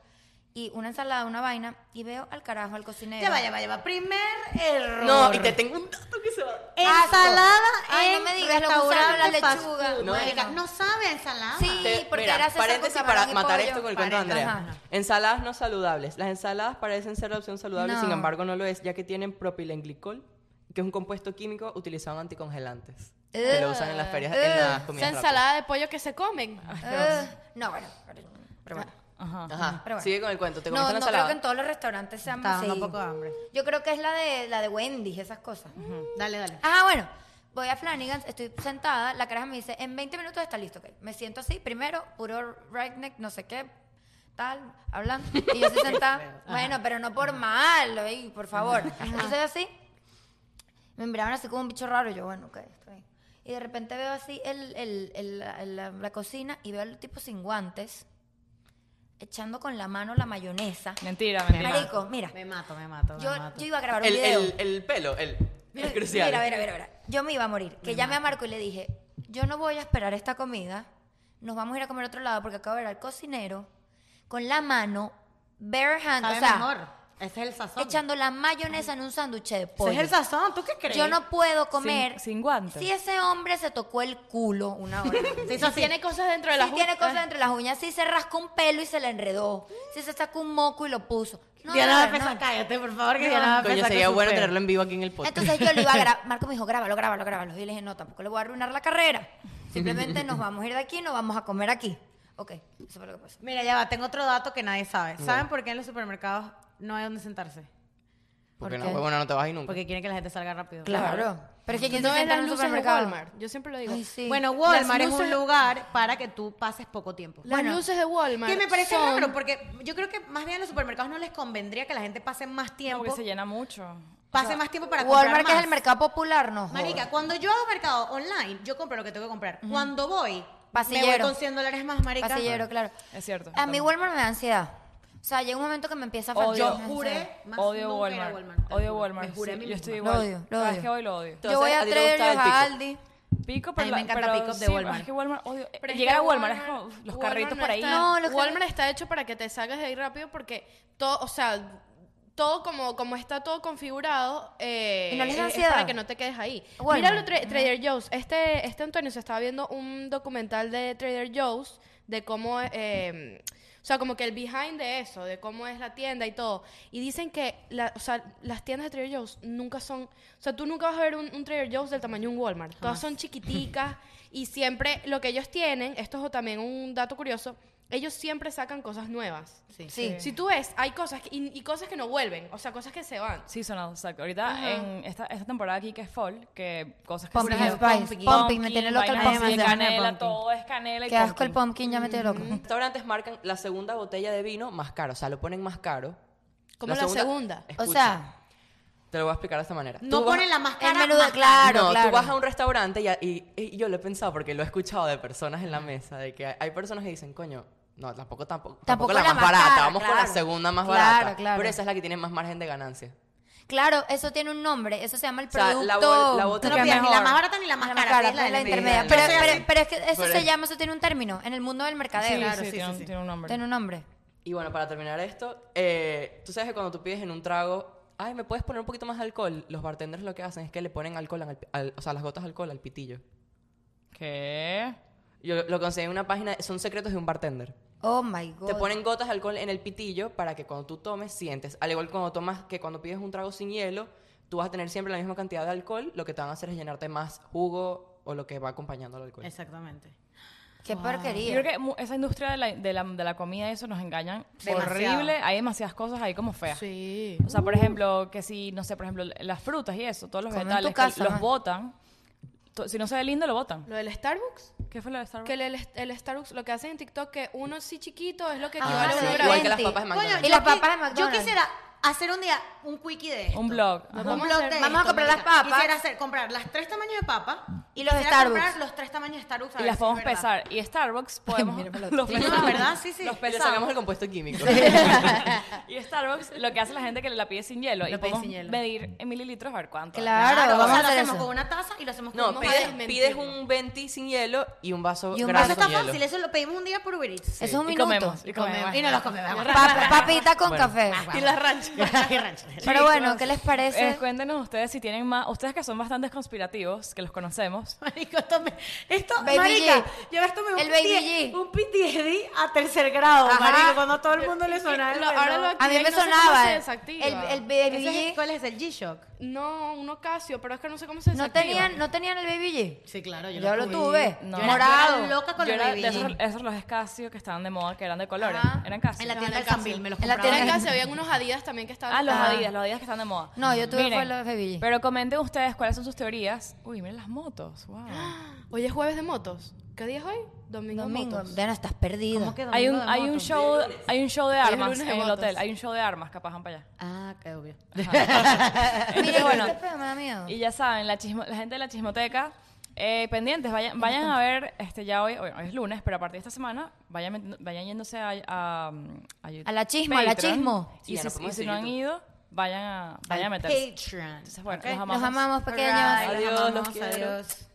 Speaker 5: y una ensalada, una vaina, y veo al carajo al cocinero.
Speaker 1: Ya va, ya va, ya va. Primer error.
Speaker 4: No, y te tengo un dato que se va.
Speaker 1: Ensalada
Speaker 5: Ay, no
Speaker 1: en
Speaker 5: me digas, los
Speaker 1: restaurante
Speaker 5: gusanos, la
Speaker 1: fast
Speaker 5: lechuga.
Speaker 1: food,
Speaker 5: No.
Speaker 1: marica. No sabe a ensalada.
Speaker 5: Sí,
Speaker 4: Te-
Speaker 5: porque
Speaker 4: mira,
Speaker 5: era César con
Speaker 4: paréntesis para
Speaker 5: camarón y
Speaker 4: matar
Speaker 5: pollo.
Speaker 4: esto con el cuento de
Speaker 5: Paréntesis,
Speaker 4: Andrea.
Speaker 5: ajá.
Speaker 4: Ensaladas no saludables. Las ensaladas parecen ser la opción saludable,
Speaker 5: No.
Speaker 4: sin embargo no lo es, ya que tienen propilenglicol, que es un compuesto químico utilizado en anticongelantes. Que lo usan en las ferias, en las
Speaker 2: Esa
Speaker 4: comidas rápidas.
Speaker 2: ensalada de pollo que se comen.
Speaker 5: Eh, no, bueno. Pero, pero bueno.
Speaker 3: Ajá.
Speaker 4: Ajá,
Speaker 5: Pero bueno.
Speaker 4: sigue con el cuento. Te
Speaker 5: No,
Speaker 4: comiste
Speaker 5: no
Speaker 4: la
Speaker 5: creo
Speaker 4: ensalada.
Speaker 5: que en todos los restaurantes sean
Speaker 1: Está dando
Speaker 5: así.
Speaker 1: un poco de hambre.
Speaker 5: Yo creo que es la de, la de Wendy's, esas cosas.
Speaker 1: Mm. Dale, dale.
Speaker 5: Ah, bueno. Voy a Flanagan's, estoy sentada, la caraja me dice, en 20 minutos está listo, ok. Me siento así, primero, puro right neck, no sé qué, tal, hablando. Y yo estoy sentada, bueno, pero no por mal, ey, por favor. Entonces yo así, me miraban así como un bicho raro, y yo, bueno, ok, está bien. Y de repente veo así el, el- el- la- la, la cocina y veo al tipo sin guantes, echando con la mano la mayonesa.
Speaker 3: Mentira, mentira.
Speaker 5: Marico, mira,
Speaker 1: Me mato, me mato, me
Speaker 5: yo,
Speaker 1: mato.
Speaker 5: yo iba a grabar un
Speaker 4: el,
Speaker 5: video.
Speaker 4: el, el pelo, el,
Speaker 5: Mira,
Speaker 4: el crucial.
Speaker 5: Mira, mira, mira, mira. Yo me iba a morir. Que llamé a Marco y le dije, yo no voy a esperar esta comida. Nos vamos a ir a comer a otro lado porque acabo de ver al cocinero con la mano, bare hand,
Speaker 1: Sabe
Speaker 5: o sea,
Speaker 1: mejor. Ese es el sazón.
Speaker 5: echando la mayonesa en un sándwich de pollo.
Speaker 1: Ese es el sazón. ¿Tú qué crees?
Speaker 5: yo no puedo comer.
Speaker 3: Sin- sin guantes.
Speaker 5: Si ese hombre se tocó el culo una hora.
Speaker 1: Se hizo
Speaker 2: Si
Speaker 1: así.
Speaker 2: tiene cosas dentro de
Speaker 5: si
Speaker 2: las ah,
Speaker 5: tiene
Speaker 2: uñas.
Speaker 5: cosas entre las uñas, si se rascó un pelo y se le enredó, si se sacó un moco y lo puso. No,
Speaker 1: Diana
Speaker 5: no,
Speaker 1: va a
Speaker 5: no,
Speaker 1: pensar,
Speaker 5: no.
Speaker 1: cállate, por favor, que Diana va a
Speaker 4: Coño,
Speaker 1: pensar que
Speaker 4: sería
Speaker 1: es
Speaker 4: bueno
Speaker 1: súper.
Speaker 4: tenerlo en vivo aquí en el podcast.
Speaker 5: Entonces yo le iba a grabar. Marco me dijo, grábalo, grábalo, grábalo. Y yo le dije, no, tampoco le voy a arruinar la carrera. Simplemente nos vamos a ir de aquí, nos vamos a comer aquí. Ok, eso fue lo que pasó.
Speaker 1: Mira, ya va, tengo otro dato que nadie sabe. ¿Saben por qué en los supermercados no hay donde sentarse?
Speaker 4: Porque
Speaker 5: ¿Por
Speaker 4: no,
Speaker 5: qué?
Speaker 4: huevona, no te vas ahí nunca.
Speaker 1: Porque quieren que la gente salga rápido.
Speaker 5: Pero es que ¿quién
Speaker 2: No
Speaker 5: se
Speaker 2: es
Speaker 5: sienta
Speaker 2: las
Speaker 5: en un
Speaker 2: luces de
Speaker 5: supermercado?
Speaker 2: Walmart. Yo siempre lo digo.
Speaker 5: Ay, sí.
Speaker 1: Bueno, Walmart
Speaker 2: Las
Speaker 1: es un
Speaker 2: luces-
Speaker 1: lugar para que tú pases poco tiempo.
Speaker 2: Las luces de Walmart.
Speaker 1: Que me parece
Speaker 2: son-
Speaker 1: raro, porque yo creo que más bien a los supermercados no les convendría que la gente pase más
Speaker 3: No,
Speaker 1: tiempo.
Speaker 3: porque se llena mucho.
Speaker 1: Pase más tiempo para comprar
Speaker 5: Walmart, que es
Speaker 1: más.
Speaker 5: el mercado popular, no. joda.
Speaker 1: Marica, cuando yo hago mercado online, yo compro lo que tengo que comprar. Cuando voy, me voy
Speaker 5: Pasillero.
Speaker 1: con 100 dólares más, marica.
Speaker 5: Pasillero, claro.
Speaker 3: Es cierto.
Speaker 5: A mí Walmart me da ansiedad. O sea, llega un momento que me empieza a faltar.
Speaker 3: Odio.
Speaker 1: Yo
Speaker 5: ansiedad.
Speaker 1: juré más
Speaker 3: Odio
Speaker 1: nunca ir a
Speaker 3: Walmart.
Speaker 1: Walmart, te
Speaker 3: Odio
Speaker 1: juro.
Speaker 3: Walmart.
Speaker 1: Me juré a
Speaker 3: sí,
Speaker 1: mí
Speaker 3: yo estoy
Speaker 1: misma.
Speaker 3: igual.
Speaker 5: Lo odio, lo
Speaker 3: Cada
Speaker 5: odio.
Speaker 3: vez que hoy lo odio.
Speaker 5: Yo voy
Speaker 4: Entonces,
Speaker 5: a
Speaker 4: ¿a ti te gusta
Speaker 5: Trellos,
Speaker 4: el
Speaker 5: a
Speaker 4: pico?
Speaker 5: Aldi.
Speaker 3: Pico, pero
Speaker 1: A mí
Speaker 3: la-
Speaker 1: me encanta
Speaker 3: pero
Speaker 1: pick up de
Speaker 3: sí,
Speaker 1: Walmart.
Speaker 3: Es que Walmart, odio.
Speaker 2: Pero es
Speaker 3: Llegar
Speaker 2: que
Speaker 3: a Walmart es
Speaker 2: Walmart-
Speaker 3: como los
Speaker 2: Walmart
Speaker 3: carritos
Speaker 2: no
Speaker 3: por ahí.
Speaker 2: está-
Speaker 5: No, los
Speaker 2: Walmart
Speaker 5: carritos-
Speaker 2: está hecho para que te salgas de ahí rápido porque todo, o sea, todo como, como está todo configurado eh,
Speaker 5: ¿Y no les da
Speaker 2: es- es
Speaker 5: ansiedad?
Speaker 2: para que no te quedes ahí.
Speaker 5: Walmart.
Speaker 2: Míralo, Tra- Trader Joe's. Este, este Antonio se estaba viendo un documental de Trader Joe's de cómo, eh, o sea, como que el behind de eso, de cómo es la tienda y todo. Y dicen que, la- o sea, las tiendas de Trader Joe's nunca son, o sea, tú nunca vas a ver un, un Trader Joe's del tamaño de un Walmart. Todas son chiquiticas y siempre lo que ellos tienen, esto es también un dato curioso, ellos siempre sacan cosas nuevas.
Speaker 1: Sí.
Speaker 5: Sí.
Speaker 2: Si tú ves, hay cosas que- y, y cosas que no vuelven, o sea, cosas que se van.
Speaker 3: Seasonal, exacto. Ahorita en esta, esta temporada aquí que es fall, que cosas que
Speaker 5: Pumpkin
Speaker 3: se-
Speaker 1: Puras
Speaker 5: Spice.
Speaker 1: pumpkin.
Speaker 5: Pumpkin. Me tiene loca el
Speaker 3: vainas así
Speaker 5: pumpkin.
Speaker 3: de
Speaker 1: Demasiado
Speaker 3: canela,
Speaker 1: pumpkin.
Speaker 3: todo es canela y
Speaker 5: Qué asco el
Speaker 3: pumpkin.
Speaker 5: pumpkin, ya me tiene loco.
Speaker 4: Restaurantes marcan la segunda botella de vino más caro, o sea, lo ponen más caro.
Speaker 2: Como la segunda.
Speaker 5: O
Speaker 4: escucha,
Speaker 5: sea,
Speaker 4: te lo voy a explicar de esta manera.
Speaker 1: No
Speaker 4: Tú vas-
Speaker 1: ponen la
Speaker 5: el
Speaker 1: máscara.
Speaker 5: menú de
Speaker 1: más
Speaker 5: claro,
Speaker 4: no,
Speaker 5: claro.
Speaker 4: tú vas a un restaurante y, y- y yo lo he pensado porque lo he escuchado de personas en la mesa, de que hay, hay personas que dicen, coño, no, tampoco, tampoco, tampoco, la, más
Speaker 5: cara,
Speaker 4: barata, vamos por la
Speaker 5: claro.
Speaker 4: segunda más
Speaker 5: Claro,
Speaker 4: barata.
Speaker 5: claro.
Speaker 4: Pero esa es la que tiene más margen de ganancia.
Speaker 5: Claro, eso tiene un nombre, eso se llama el
Speaker 4: O sea,
Speaker 5: producto.
Speaker 4: la bol- la botella
Speaker 1: Tú no
Speaker 4: Qué
Speaker 1: pides ni la
Speaker 3: mejor.
Speaker 1: más barata ni la más
Speaker 5: La
Speaker 1: cara.
Speaker 5: más cara,
Speaker 1: pides la de
Speaker 5: pues, la
Speaker 1: media.
Speaker 5: intermedia.
Speaker 4: media.
Speaker 5: Pero,
Speaker 4: Yo soy
Speaker 5: pero-
Speaker 4: así.
Speaker 5: pero es que eso
Speaker 4: Pero
Speaker 5: se
Speaker 4: es-
Speaker 5: llama, eso tiene un término en el mundo del mercadeo.
Speaker 3: Sí,
Speaker 1: Claro,
Speaker 3: sí,
Speaker 1: sí,
Speaker 3: tiene,
Speaker 1: sí,
Speaker 3: un-
Speaker 1: sí.
Speaker 3: tiene un nombre.
Speaker 5: Tiene un nombre.
Speaker 4: Y bueno, para terminar esto, eh, tú sabes que cuando tú pides en un trago, ay, ¿me puedes poner un poquito más de alcohol? Los bartenders lo que hacen es que le ponen alcohol, al, al- o sea, las gotas de alcohol al pitillo.
Speaker 3: ¿Qué?
Speaker 4: Yo lo conseguí en una página, son secretos de un bartender.
Speaker 5: Oh my god.
Speaker 4: Te ponen gotas de alcohol en el pitillo para que cuando tú tomes sientes. Al igual que cuando tomas, que cuando pides un trago sin hielo, tú vas a tener siempre la misma cantidad de alcohol. Lo que te van a hacer es llenarte más jugo o lo que va acompañando al alcohol.
Speaker 1: Exactamente.
Speaker 5: Qué porquería.
Speaker 3: Yo creo que mu- esa industria de la, de la, de la comida y eso nos engañan
Speaker 1: Demasiado.
Speaker 3: horrible. Hay demasiadas cosas ahí como feas.
Speaker 2: Sí.
Speaker 3: O sea, por ejemplo, que si, no sé, por ejemplo, las frutas y eso, todos los
Speaker 5: Como en tu
Speaker 3: vegetales, que
Speaker 5: casa,
Speaker 3: los
Speaker 5: ajá.
Speaker 3: botan. To- Si no se ve lindo, lo botan.
Speaker 2: Lo del Starbucks,
Speaker 3: ¿Qué fue lo de Starbucks?
Speaker 2: que el, el Starbucks lo que hacen en TikTok que uno sí chiquito es lo que
Speaker 5: Ah,
Speaker 2: equivale a
Speaker 5: sí.
Speaker 2: uno
Speaker 5: Igual
Speaker 2: grande.
Speaker 4: que las
Speaker 5: Venti.
Speaker 4: papas de
Speaker 1: Coño,
Speaker 4: McDonald's.
Speaker 1: yo
Speaker 5: Y las papas
Speaker 1: qui-
Speaker 5: de
Speaker 1: Yo
Speaker 5: McDonald's.
Speaker 1: quisiera hacer un día un quickie de esto.
Speaker 3: Un blog. ajá.
Speaker 2: vamos
Speaker 1: Un
Speaker 2: a
Speaker 1: blog
Speaker 2: hacer-
Speaker 1: de
Speaker 5: vamos a
Speaker 1: esto,
Speaker 5: comprar las
Speaker 1: marica.
Speaker 5: papas.
Speaker 1: Quisiera hacer, comprar las tres tamaños de papa
Speaker 5: Y los
Speaker 1: Quisiera
Speaker 5: Starbucks.
Speaker 1: comprar los tres tamaños de Starbucks. a
Speaker 3: Y
Speaker 1: ver
Speaker 3: las
Speaker 1: si es
Speaker 3: podemos
Speaker 1: verdad.
Speaker 3: pesar. Y Starbucks podemos. los
Speaker 1: Sí,
Speaker 3: pesamos.
Speaker 1: no, ¿verdad? Sí, sí.
Speaker 4: Los pelos
Speaker 1: pesamos.
Speaker 4: sacamos el compuesto químico.
Speaker 3: Y Starbucks, lo que hace la gente que la pide sin hielo. y
Speaker 1: pide
Speaker 3: podemos
Speaker 1: sin hielo.
Speaker 3: medir en mililitros a ver cuánto.
Speaker 5: Claro.
Speaker 1: Claro,
Speaker 5: vamos
Speaker 1: o sea,
Speaker 5: a
Speaker 1: lo
Speaker 5: hacer
Speaker 1: hacemos
Speaker 5: eso.
Speaker 1: con una taza y lo hacemos con
Speaker 4: no,
Speaker 1: unos
Speaker 4: pides,
Speaker 1: vasos.
Speaker 4: pides un venti sin hielo y un vaso
Speaker 5: Y un
Speaker 1: Eso
Speaker 4: grande
Speaker 1: está
Speaker 4: con hielo.
Speaker 1: fácil, eso lo pedimos un día por Uber Eats.
Speaker 5: Eso es un
Speaker 3: Y
Speaker 5: minuto.
Speaker 3: comemos. Y comemos.
Speaker 1: Y no los comemos.
Speaker 5: Pa- papita con café.
Speaker 1: Y las ranchas. Y ranchas.
Speaker 5: Pero bueno, ¿qué les parece?
Speaker 3: Eh, cuéntenos ustedes si tienen más, ustedes que son bastante conspirativos, que los conocemos.
Speaker 1: Marico, esto me- Esto,
Speaker 5: Baby
Speaker 1: marica,
Speaker 5: G.
Speaker 1: yo esto me
Speaker 5: El
Speaker 1: un,
Speaker 5: Baby
Speaker 1: PT
Speaker 5: G.
Speaker 1: un PTSD a tercer grado,
Speaker 5: Ajá.
Speaker 1: marico, cuando todo el mundo le sonaba. el
Speaker 2: Lo- ahora
Speaker 1: reloj.
Speaker 2: lo-
Speaker 5: a mí
Speaker 2: Yo
Speaker 5: me
Speaker 2: no sé cómo
Speaker 5: sonaba
Speaker 2: se
Speaker 5: el,
Speaker 2: desactiva.
Speaker 5: el baby
Speaker 1: Ese es-
Speaker 5: G.
Speaker 1: ¿Cuál es el G-Shock?
Speaker 2: No, un ocasio, pero es que no sé cómo se
Speaker 5: No
Speaker 2: desactiva.
Speaker 5: tenían, no tenían el baby G.
Speaker 1: Sí, claro, yo,
Speaker 5: Yo lo tuve.
Speaker 3: No.
Speaker 1: Yo era-
Speaker 5: Morado.
Speaker 1: yo era loca con
Speaker 3: Yo
Speaker 1: el
Speaker 3: era
Speaker 1: baby
Speaker 3: de esos,
Speaker 1: jean.
Speaker 3: esos los Casio que estaban de moda, que eran de colores.
Speaker 5: Ajá.
Speaker 3: Eran Casio.
Speaker 1: En la
Speaker 2: No,
Speaker 1: tienda
Speaker 2: en el
Speaker 1: del Campil me los
Speaker 5: En la
Speaker 1: compraba.
Speaker 5: tienda
Speaker 2: Era
Speaker 5: del
Speaker 2: casi, habían unos adidas también que estaban...
Speaker 3: Ah, los
Speaker 5: Ah.
Speaker 3: Adidas, los Adidas que están de moda.
Speaker 5: No, yo tuve fue los de Baby G.
Speaker 3: Pero comenten ustedes cuáles son sus teorías. Uy, miren las motos. Wow.
Speaker 2: "Ah, Hoy es jueves de motos. ¿Qué día es hoy? Domingo, de
Speaker 5: Domingo,
Speaker 2: motos.
Speaker 5: Diana, estás perdida.
Speaker 1: ¿Cómo que
Speaker 3: Hay un,
Speaker 1: domingo de
Speaker 3: hay un
Speaker 1: motos?
Speaker 3: show, hay un show de
Speaker 2: Hay
Speaker 3: armas
Speaker 2: lunes
Speaker 3: en
Speaker 2: de
Speaker 3: el
Speaker 2: motos.
Speaker 3: hotel. Hay un show de armas, capaz van para allá.
Speaker 1: Ah, qué obvio.
Speaker 5: Mira,
Speaker 3: Entonces, bueno,
Speaker 5: este pedo me da miedo.
Speaker 3: Y ya saben, la, chismo- la gente de la chismoteca, eh, pendientes, vayan, vayan a ver, este ya hoy, hoy es lunes, pero a partir de esta semana, vayan, metiendo- vayan yéndose a, a, YouTube.
Speaker 5: A la chismo, a la chismo.
Speaker 3: Y,
Speaker 4: Sí, ya
Speaker 3: si,
Speaker 4: no podemos
Speaker 3: y si
Speaker 4: decir
Speaker 3: no han
Speaker 4: YouTube.
Speaker 3: ido, vayan a, vayan a meterse.
Speaker 1: Patreon.
Speaker 3: Entonces, bueno,
Speaker 1: Ok.
Speaker 3: los
Speaker 5: Los
Speaker 3: amamos.
Speaker 5: amamos,
Speaker 1: Alright,
Speaker 5: pequeños.
Speaker 1: los
Speaker 4: Adiós, los
Speaker 1: amamos,
Speaker 4: quiero.
Speaker 1: adiós.